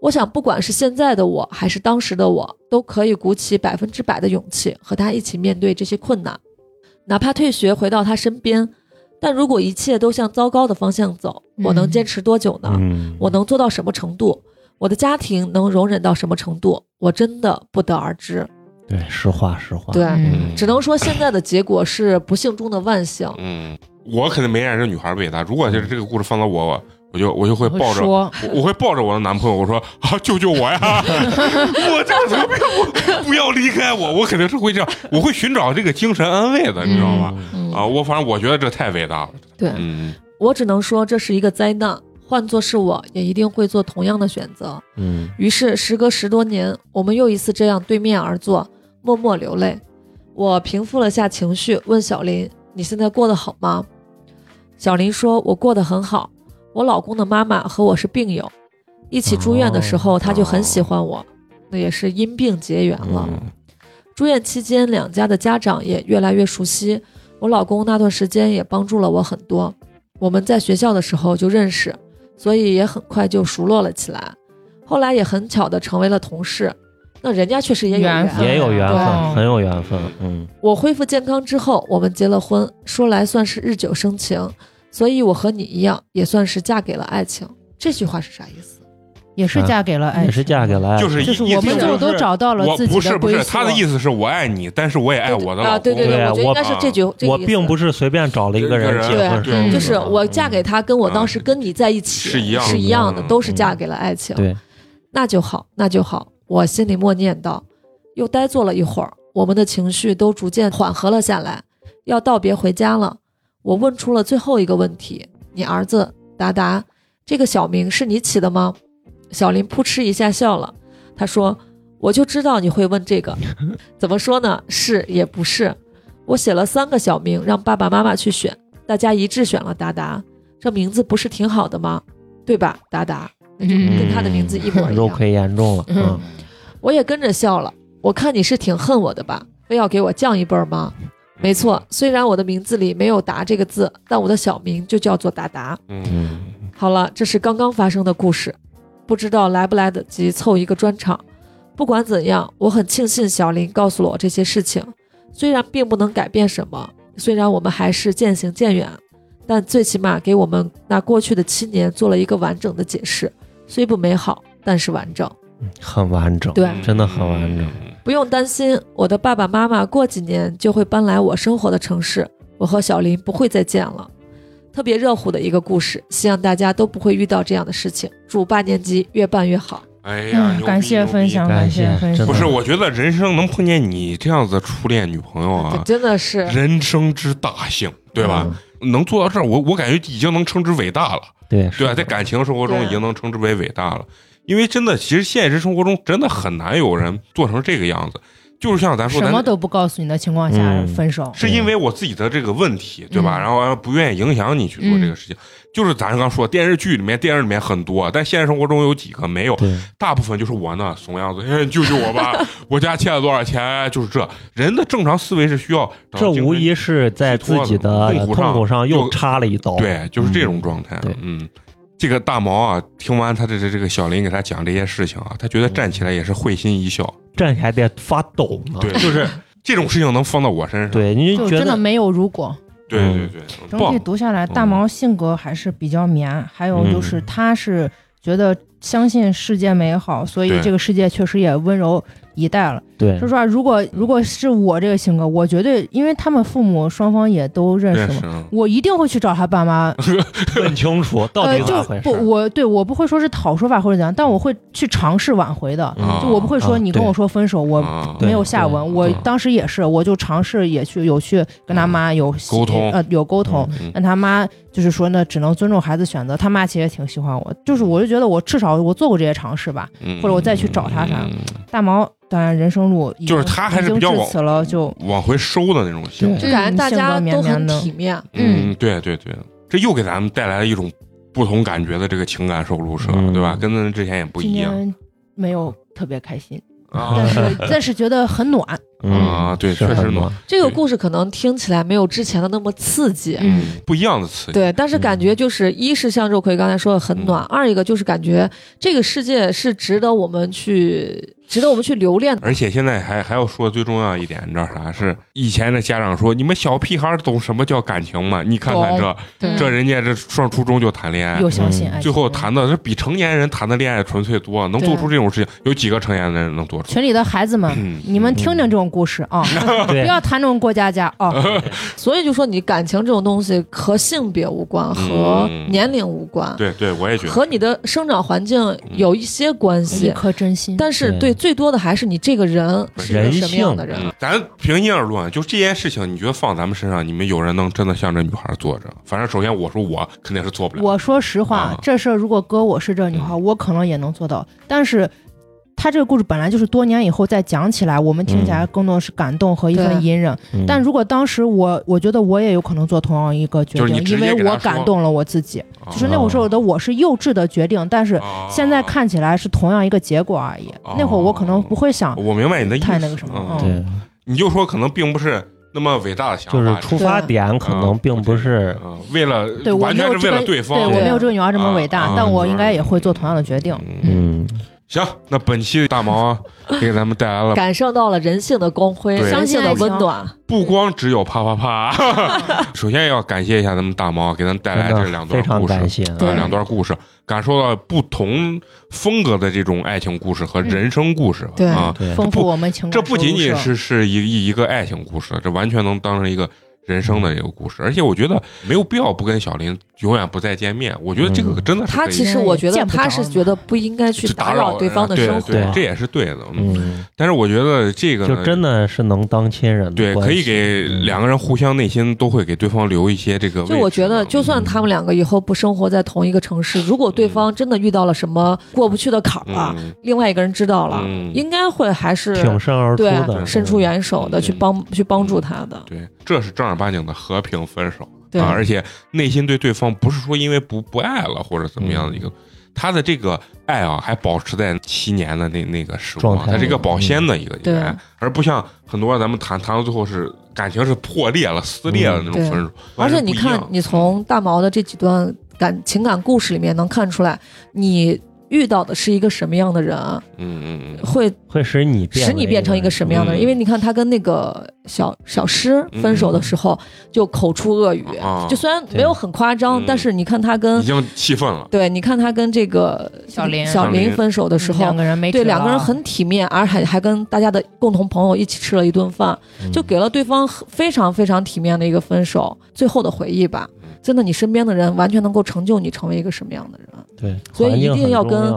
C: 我想，不管是现在的我，还是当时的我，都可以鼓起百分之百的勇气，和他一起面对这些困难，哪怕退学回到他身边。但如果一切都向糟糕的方向走，我能
B: 嗯
C: 坚持多久呢？
D: 嗯，
C: 我能做到什么程度，我的家庭能容忍到什么程度，我真的不得而知。
D: 对，实话实话，
C: 对，
B: 嗯
C: 只能说现在的结果是不幸中的万幸。
A: 嗯，我肯定没让这女孩伟大。如果
D: 嗯
A: 就是这个故事放到我，我就我就会抱着我
B: 说，
A: 我会抱着我的男朋友，我说啊，救救我呀！ (laughs) 我这个得病，我不要离开我，我肯定是会这样，我会寻找这个精神安慰的，你知道吗？
D: 嗯
C: 嗯，
A: 啊，我反正我觉得这太伟大了。
C: 对
A: 嗯，
C: 我只能说这是一个灾难，换做是我也一定会做同样的选择。
D: 嗯
C: 于是，时隔十多年，我们又一次这样对面而坐，默默流泪。我平复了下情绪，问小林：“你现在过得好吗？”小林说：“我过得很好。我老公的妈妈和我是病友，一起住院的时候，
D: 哦
C: 她就很喜欢我，那也是因病结缘了。
D: 嗯
C: 住院期间，两家的家长也越来越熟悉。我老公那段时间也帮助了我很多。我们在学校的时候就认识，所以也很快就熟络了起来。后来也很巧的成为了同事。那人家确实也有
B: 缘分
D: 也有缘分，
B: 对
D: 很有缘分。嗯
C: 我恢复健康之后，我们结了婚，说来算是日久生情，所以我和你一样，也算是嫁给了爱情。这句话是啥意思？
B: 也是嫁给了爱情，
D: 啊也是嫁给了爱情，
A: 就是
B: 就是
A: 意
B: 我
A: 思
B: 们就哎都找到了
A: 我
B: 自
A: 不
B: 己
A: 是
B: 的
A: 不
B: 归宿。
A: 是，他的意思是我爱你，但是我也爱哎我的老公。
C: 啊，对对
D: 对
C: 我觉得
D: 我
C: 应该是这句，这个
D: 我
C: 意思
D: 并不是随便找了一个人结婚
A: 对
D: 生
A: 嗯啊
D: 子，
C: 就是我嫁给他，跟我当时跟你在一起
A: 是一样的
C: 是一样的，
A: 嗯
C: 都是嫁给了爱情。
D: 对，
C: 那就好，那就好。我心里默念道，又呆坐了一会儿，我们的情绪都逐渐缓和了下来，要道别回家了。我问出了最后一个问题：你儿子达达这个小名是你起的吗？小林扑哧一下笑了，他说：“我就知道你会问这个，怎么说呢？是也不是。我写了三个小名让爸爸妈妈去选，大家一致选了达达，这名字不是挺好的吗？对吧，达达？
B: 嗯
C: 那就
D: 嗯
C: 跟他的名字一模一
D: 肉
C: 样。
D: 亏严重了。嗯，
C: 我也跟着笑了。我看你是挺恨我的吧？非要给我降一辈儿吗？没错，虽然我的名字里没有“达”这个字，但我的小名就叫做达达。
A: 嗯，
C: 好了，这是刚刚发生的故事，不知道来不来得及凑一个专场。不管怎样，我很庆幸小林告诉了我这些事情，虽然并不能改变什么，虽然我们还是渐行渐远，但最起码给我们那过去的七年做了一个完整的解释，虽不美好，但是完整。
D: 很完整，
C: 对
D: 真的很完整。
A: 嗯
C: 不用担心，我的爸爸妈妈过几年就会搬来我生活的城市，我和小林不会再见了。特别热乎的一个故事，希望大家都不会遇到这样的事情。祝八年级越办越好。
A: 哎呀，
B: 嗯
A: 牛逼
B: 感谢分。享，
A: 牛
D: 感
B: 感
D: 谢
B: 分
D: 真
B: 享。
A: 逼不是，我觉得人生能碰见你这样子的初恋女朋友
C: 这
A: 啊，
C: 真的是
A: 人生之大幸，对吧？
D: 嗯
A: 能做到这儿，我我感觉已经能称之伟大了，
D: 对
A: 对吧？啊在感情生活中
C: 对
A: 已经能称之为伟大了，因为真的，其实现实生活中真的很难有人做成这个样子，就是像咱说，
B: 什
A: 咱
B: 么都不告诉你的情况下
D: 嗯
B: 分手，
A: 是因为我自己的这个问题，对吧？
B: 嗯
A: 然后呃不愿意影响你去做这个事情，就是咱刚说电视剧里面、电视里面很多，但现实生活中有几个没有？
D: 对，
A: 大部分就是我呢，怂样子， (laughs) 哎，救救我吧！我家欠了多少钱？就是这人的正常思维是需要找
D: 这
A: 精神
D: 无疑是在自己的
A: 痛苦上
D: 痛苦上又插了一
B: 哦
D: 刀。
A: 对，就是这种状态
D: 嗯对。
A: 嗯，这个大毛啊，听完他这这这个小林给他讲这些事情啊，他觉得
D: 嗯
A: 站起来也是会心一笑。
D: 站起来得发抖呢。
A: 对，就是这种事情能放到我身上。
D: 对，嗯你
B: 就
D: 觉
B: 真的
D: 得
B: 没有如果。
A: 对对对，
B: 整
A: 棒
B: 体读下
D: 嗯
B: 来，大毛性格还是比较绵，还有就是他是觉得相信世界美好，所以
A: 对
B: 这个世界确实也温柔以待了。
D: 对
B: 说实话，如果如果是我这个性格，我绝对，因为他们父母双方也都认
A: 认
B: 识
A: 识
B: 嘛，
A: 啊
B: 我一定会去找他爸妈。
D: 问清楚到
B: 呃，
D: 底
B: 就
D: 咋回事
B: 不，。我对我不会说是讨说法或者怎样，但我会去尝试挽回的。
D: 嗯
B: 就我不会说
D: 啊
B: 你跟我说分手，我
A: 啊
D: 对
B: 没有下
D: 对
B: 文。我
A: 嗯
B: 当时也是，我就尝试也去有去跟他妈有
A: 沟通
B: 呃有沟通，
A: 嗯
B: 但他妈就是说呢，只能尊重孩子选择。他妈其实也挺喜欢我，就是我就觉得我至少我做过这些尝试吧。
A: 嗯
B: 或者我再去找他啥
A: 嗯
B: 大毛当然人生路已经
A: 就是他还是比较
B: 已经
A: 往
B: 至此了，就
A: 往回收的那种性
B: 对
A: 格。
C: 就感觉大家
B: 性格
C: 都很
B: 绵绵的
C: 体面。
B: 嗯
A: 嗯，对对对，这又给咱们带来了一种不同感觉的这个情感收入社，
D: 嗯
A: 对吧？跟咱之前也不
B: 今
A: 一样
B: 年没有特别
A: (laughs)
B: 开心，但
A: 啊
B: 是但是觉得很暖。
A: 啊！对，
D: 嗯是
A: 确实
D: 很
A: 暖，
D: 暖。
C: 这个故事可能听起来没有之前的那么刺激，
B: 嗯，
A: 不一样的刺激。
C: 对，但是感觉就是一是像肉葵刚才说的很暖，
B: 嗯
C: 二一个就是感觉这个世界是值得我们去，值得我们去留恋的。
A: 而且现在还还要说最重要一点，你知道啥？是以前的家长说你们小屁孩儿懂什么叫感情吗？你看看这
C: 对
B: 嗯
A: 这人家这上初中就谈恋爱
B: 又，相信
D: 嗯
B: 爱情。
A: 哎最后谈的这比成年人谈的恋爱纯粹多，能做
B: 对
A: 出这种事情，有几个成年人能做出？
B: 群里的孩
A: (laughs)
B: 子们，
A: 嗯，
B: 你们听听这种故事啊， (laughs) 不
D: 对，
B: 要谈这种过家家啊。 (laughs)
C: 所以就说你感情这种东西和性别无关，和
A: 嗯
C: 年龄无关，
A: 对对，我也觉得
C: 和你的生长环境有一些关
B: 一
C: 系，
A: 嗯
B: 颗真心，
C: 但是
D: 对
C: 对最多的还是你这个人是一个
D: 嗯人
C: 什么样
D: 性
C: 的人。
A: 嗯，咱平心而论，就这件事情，你觉得放咱们身上，你们有人能真的像这女孩做着？反正首先我说我肯定是做不了。
B: (laughs) 我说实话
A: 啊，嗯
B: 这事儿如果搁我是这女孩，我可能也能做到。但是，他这个故事本来就是多年以后再讲起来，我们听起
A: 嗯
B: 来更多的是感动和一
C: 对
B: 份隐忍。
D: 嗯
B: 但如果当时我，我觉得我也有可能做同样一个决
A: 就是
B: 定
A: 你，直
B: 因
A: 接
B: 为
A: 给他
B: 我感
A: 说
B: 动了我自己。
A: 啊
B: 就是那会儿时候的我是幼稚的决定，但是
A: 啊
B: 现在，看起来是同样一个结果而已。
A: 哦
B: 那会儿我可能不会想
A: 我明白你的意思，
B: 太那个什么
A: 嗯
B: 嗯
D: 对，
A: 你就说可能并不是那么伟大的想法，
D: 就是出发
C: 对
D: 点可能并不是
A: 嗯为了
B: 对我
A: 完
B: 没
A: 全
B: 有
A: 是为
B: 这
A: 了
B: 个，
A: 对方。
B: 我
C: 对
B: 没有这个女孩这么伟
A: 啊
B: 大
A: 啊，
B: 但我应该也会做同样的决定。
A: 嗯，
D: 嗯
A: 行，那本期的大毛啊，给咱们带来了
C: 感受到了人性的光辉，
A: 对
C: 人性的温暖，
A: 不光只有啪啪啪， (laughs) 首先要感谢一下咱们大毛啊，给咱们带来这
D: 真
A: 两
D: 的
A: 段
D: 非常啊
A: 故事
D: 感。谢，
C: 对
A: 呃，两段故事，感受到不同风格的这种爱情故事和人生故事、
C: 嗯对
A: 啊。
D: 对
B: 丰
A: 不
B: 富我们情感
A: 这
B: 收
A: 不
B: 入社。
A: 仅仅是是一一一个爱情故事，这完全能当成一个人生的一个故事。而且我觉得没有必要不跟小林永远不再见面。我觉得这个
D: 嗯
A: 真的是
C: 他
A: 可以
C: 其实我觉得
B: 见不着
C: 他是觉得不应该去
A: 去
C: 打
A: 扰
C: 扰对
A: 人啊
C: 方的
A: 对
C: 生活，
A: 对
D: 对
A: 这也是对的。嗯，
D: 嗯，
A: 但是我觉得这个
D: 就
A: 呢
D: 真的是能当亲人的
A: 对，
D: 关
A: 可以
D: 系
A: 给
D: 嗯
A: 两个人互相内心都会给对方留一些这个啊位置
C: 就
A: 的。
C: 我觉得，就算
D: 嗯
C: 他们两个以后不生活在同一个城市，如果对方真的遇到了什么过不去的坎儿了，
A: 嗯
C: 另外一个人知啊道了，
A: 嗯
C: 应该会还是
D: 挺身而出
C: 对
D: 的，
C: 啊
D: 嗯
C: 伸出援手的
A: 嗯
C: 去帮去帮助他的。
A: 对，这是正儿八经的和平分手。
C: 对
A: 啊，而且内心对对方不是说因为不不爱了或者怎么样
D: 嗯
A: 的一个，他的这个爱啊还保持在七年的那那个时光
D: 状，态
A: 它是一个保鲜的一个一
C: 嗯对
A: 个爱，而不像很多咱们谈谈到最后是感情是破裂了、撕裂了那种
C: 嗯对
A: 分手。
C: 而
A: 完全
C: 且你
A: 不一
C: 看
A: 样，
C: 你从大毛的这几段感情感故事里面能看出来，你遇到的是一个什么样的人，啊
A: 嗯嗯嗯，
C: 会
D: 会使你变
C: 使你变成一个什么样的人？
A: 嗯
C: 因为你看他跟那个小小诗分手的时候，就口出恶语，
A: 啊
C: 就虽然没有很夸张
A: 对，
C: 但是你看他跟
A: 已经气愤了。
C: 对，你看他跟这个
B: 小林
C: 小林分手的时候
B: 两，个人没
C: 对
B: 指
C: 两个人
B: 望
C: 很体面，而还还跟大家的共同朋友一起吃了一顿饭，
D: 嗯
C: 就给了对方很非常非常体面的一个分手，最后的回忆吧。真的，你身边的人完全能够成就你成为一个什么样的人，
D: 对，
C: 所以
D: 环
C: 一
D: 境
C: 定
D: 很
C: 要
D: 重
C: 跟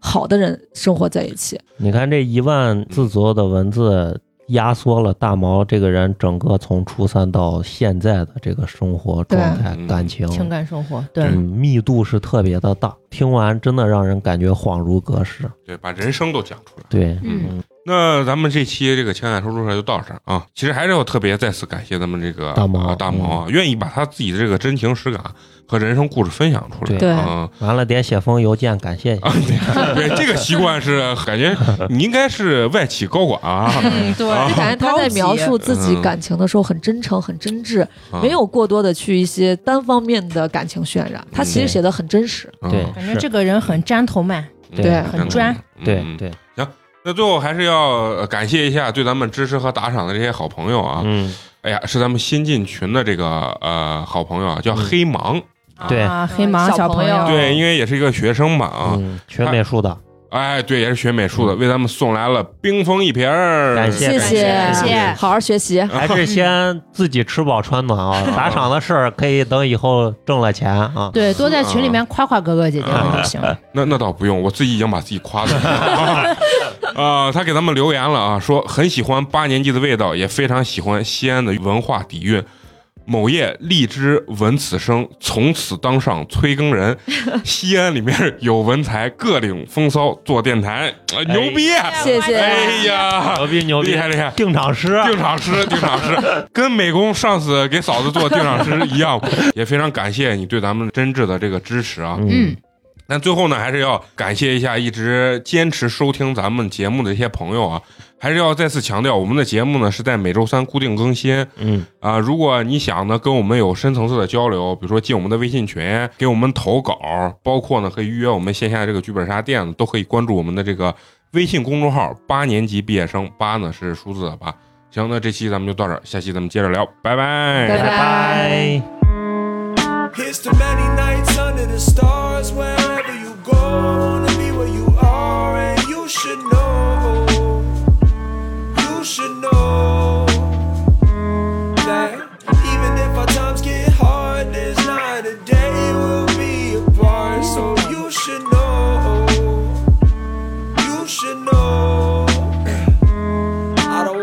C: 好的人生活在一起。
D: 你看这一万字左右的文字，压缩了大毛这个人整个从初三到现在的这个生活状态
A: 对、
D: 感情、
B: 情感生活，对
D: 嗯，密度是特别的大。听完真的让人感觉恍如隔世。
A: 对，把人生都讲出来。
D: 对，
B: 嗯
D: 嗯，
A: 那咱们这期这个情感收入社就到这儿啊。其实还是要特别再次感谢咱们这个
D: 大毛嗯
A: 啊大毛啊，愿意把他自己的这个真情实感和人生故事分享出来。
C: 对
A: 啊，
D: 完了得写封邮件感谢一下
A: 啊，。对，对 (laughs) 这个习惯是感觉你应该是外企高管啊，
B: 对
A: 啊
C: 就感觉他在描述自己感情的时候很真诚、很真挚，
A: 啊
C: 没有过多的去一些单方面的感情渲染，他其实写的很真实。
A: 嗯
D: 对
B: 感觉这个人很粘头麦，
A: 嗯
D: 对
A: 嗯
B: 很专
A: 嗯
D: 对
A: 嗯
D: 对，
A: 那最后还是要呃感谢一下对咱们支持和打赏的这些好朋友啊！
D: 嗯，
A: 哎呀，是咱们新进群的这个呃好朋友啊，叫
D: 嗯
A: 黑芒。
D: 对
B: 啊，黑芒
C: 小
B: 朋
C: 朋友
A: 对，因为也是一个学生吧啊，
D: 嗯，学美
A: (laughs)
D: 术的，
A: 哎，对，也是学美术的，为咱们送来了冰封一瓶儿，
D: 感
C: 谢
D: 谢
B: 感谢
C: 谢，好好学习。
D: 还是先自己吃饱穿
A: (laughs)
D: 暖啊。打赏的事儿可以等以后挣了钱啊。
B: 对，多在群里面夸夸哥哥姐姐
A: 啊
B: 们就行。
A: 那那倒不用，我自己已经把自己夸的啊、
C: (laughs)
A: 他给咱们留言了啊，说很喜欢八年级的味道，也非常喜欢西安的文化底蕴。某夜荔枝闻此声，从此当上催更人。
C: (laughs)
A: 西安里面有文才，各领风骚，做电台，呃牛逼！
C: 谢谢
A: 哎呀，
D: 牛逼牛逼，
A: 厉害厉害
D: 定场诗，
A: (laughs) 定场诗，定场诗，跟美工上次给嫂子做定场诗一样。也非常感谢你对咱们真挚的这个支持啊！
B: 嗯，
A: 那最后呢，还是要感谢一下一直坚持收听咱们节目的一些朋友啊，还是要再次强调，我们的节目呢是在每周三固定更新
D: 嗯，
A: 啊、如果你想呢跟我们有深层次的交流，比如说进我们的微信群，给我们投稿，包括呢可以预约我们线下这个剧本杀店呢，都可以关注我们的这个微信公众号“八年级毕业生”，八呢是数字的八。行，那这期咱们就到这儿，下期咱们接着聊，拜拜。
C: 拜
D: 拜拜。
E: Here's to many nights under the stars, wherever you go, wanna be where you are, and you should know, you should know that even if our times get hard, there's not a day we'll be apart. So you should know, you should know.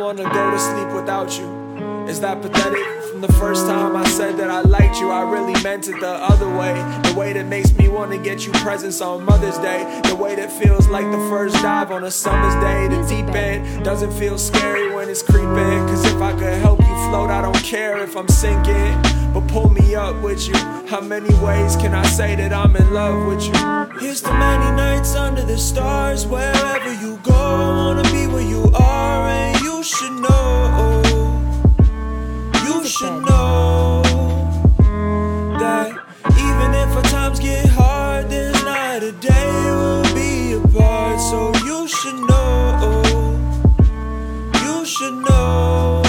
E: without you. Is that pathetic? From the first time I said that I liked you, I really meant it the other way. The way that makes me want to get you presents on Mother's Day. The way that feels like the first dive on a summer's day. The deep end doesn't feel scary when it's creeping. Cause if I could help you float, I don't care if I'm sinking. But pull me up with you. How many ways can I say that I'm in love with you? Here's the many nights under the stars, wherever you go. Wanna be where you are, and you should know. You should know that even if our times get hard, there's not a day we'll be apart. So you should know, you should know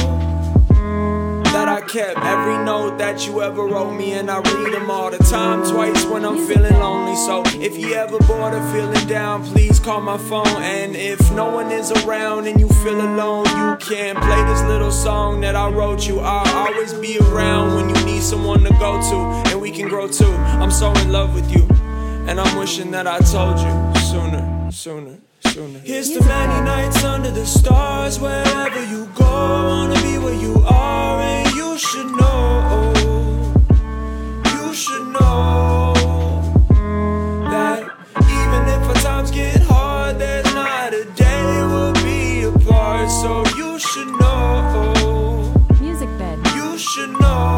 E: that I kept every note that you ever wrote me, and I read them all the time. Twice when I'm feeling lonely. So if you ever bored or feeling down, please call my phone. And if no one is around and you feel alone, you can play this little song that I wrote you. I'll always be around when you need someone to go to, and we can grow too. I'm so in love with you, and I'm wishing that I told you sooner, sooner. sooner. Here's the many nights under the stars, wherever you go, wanna be where you are, and you should know. You should know that even if our times get hard, there's not a day we'll be apart. So you should know.
F: Music bed.
E: You should know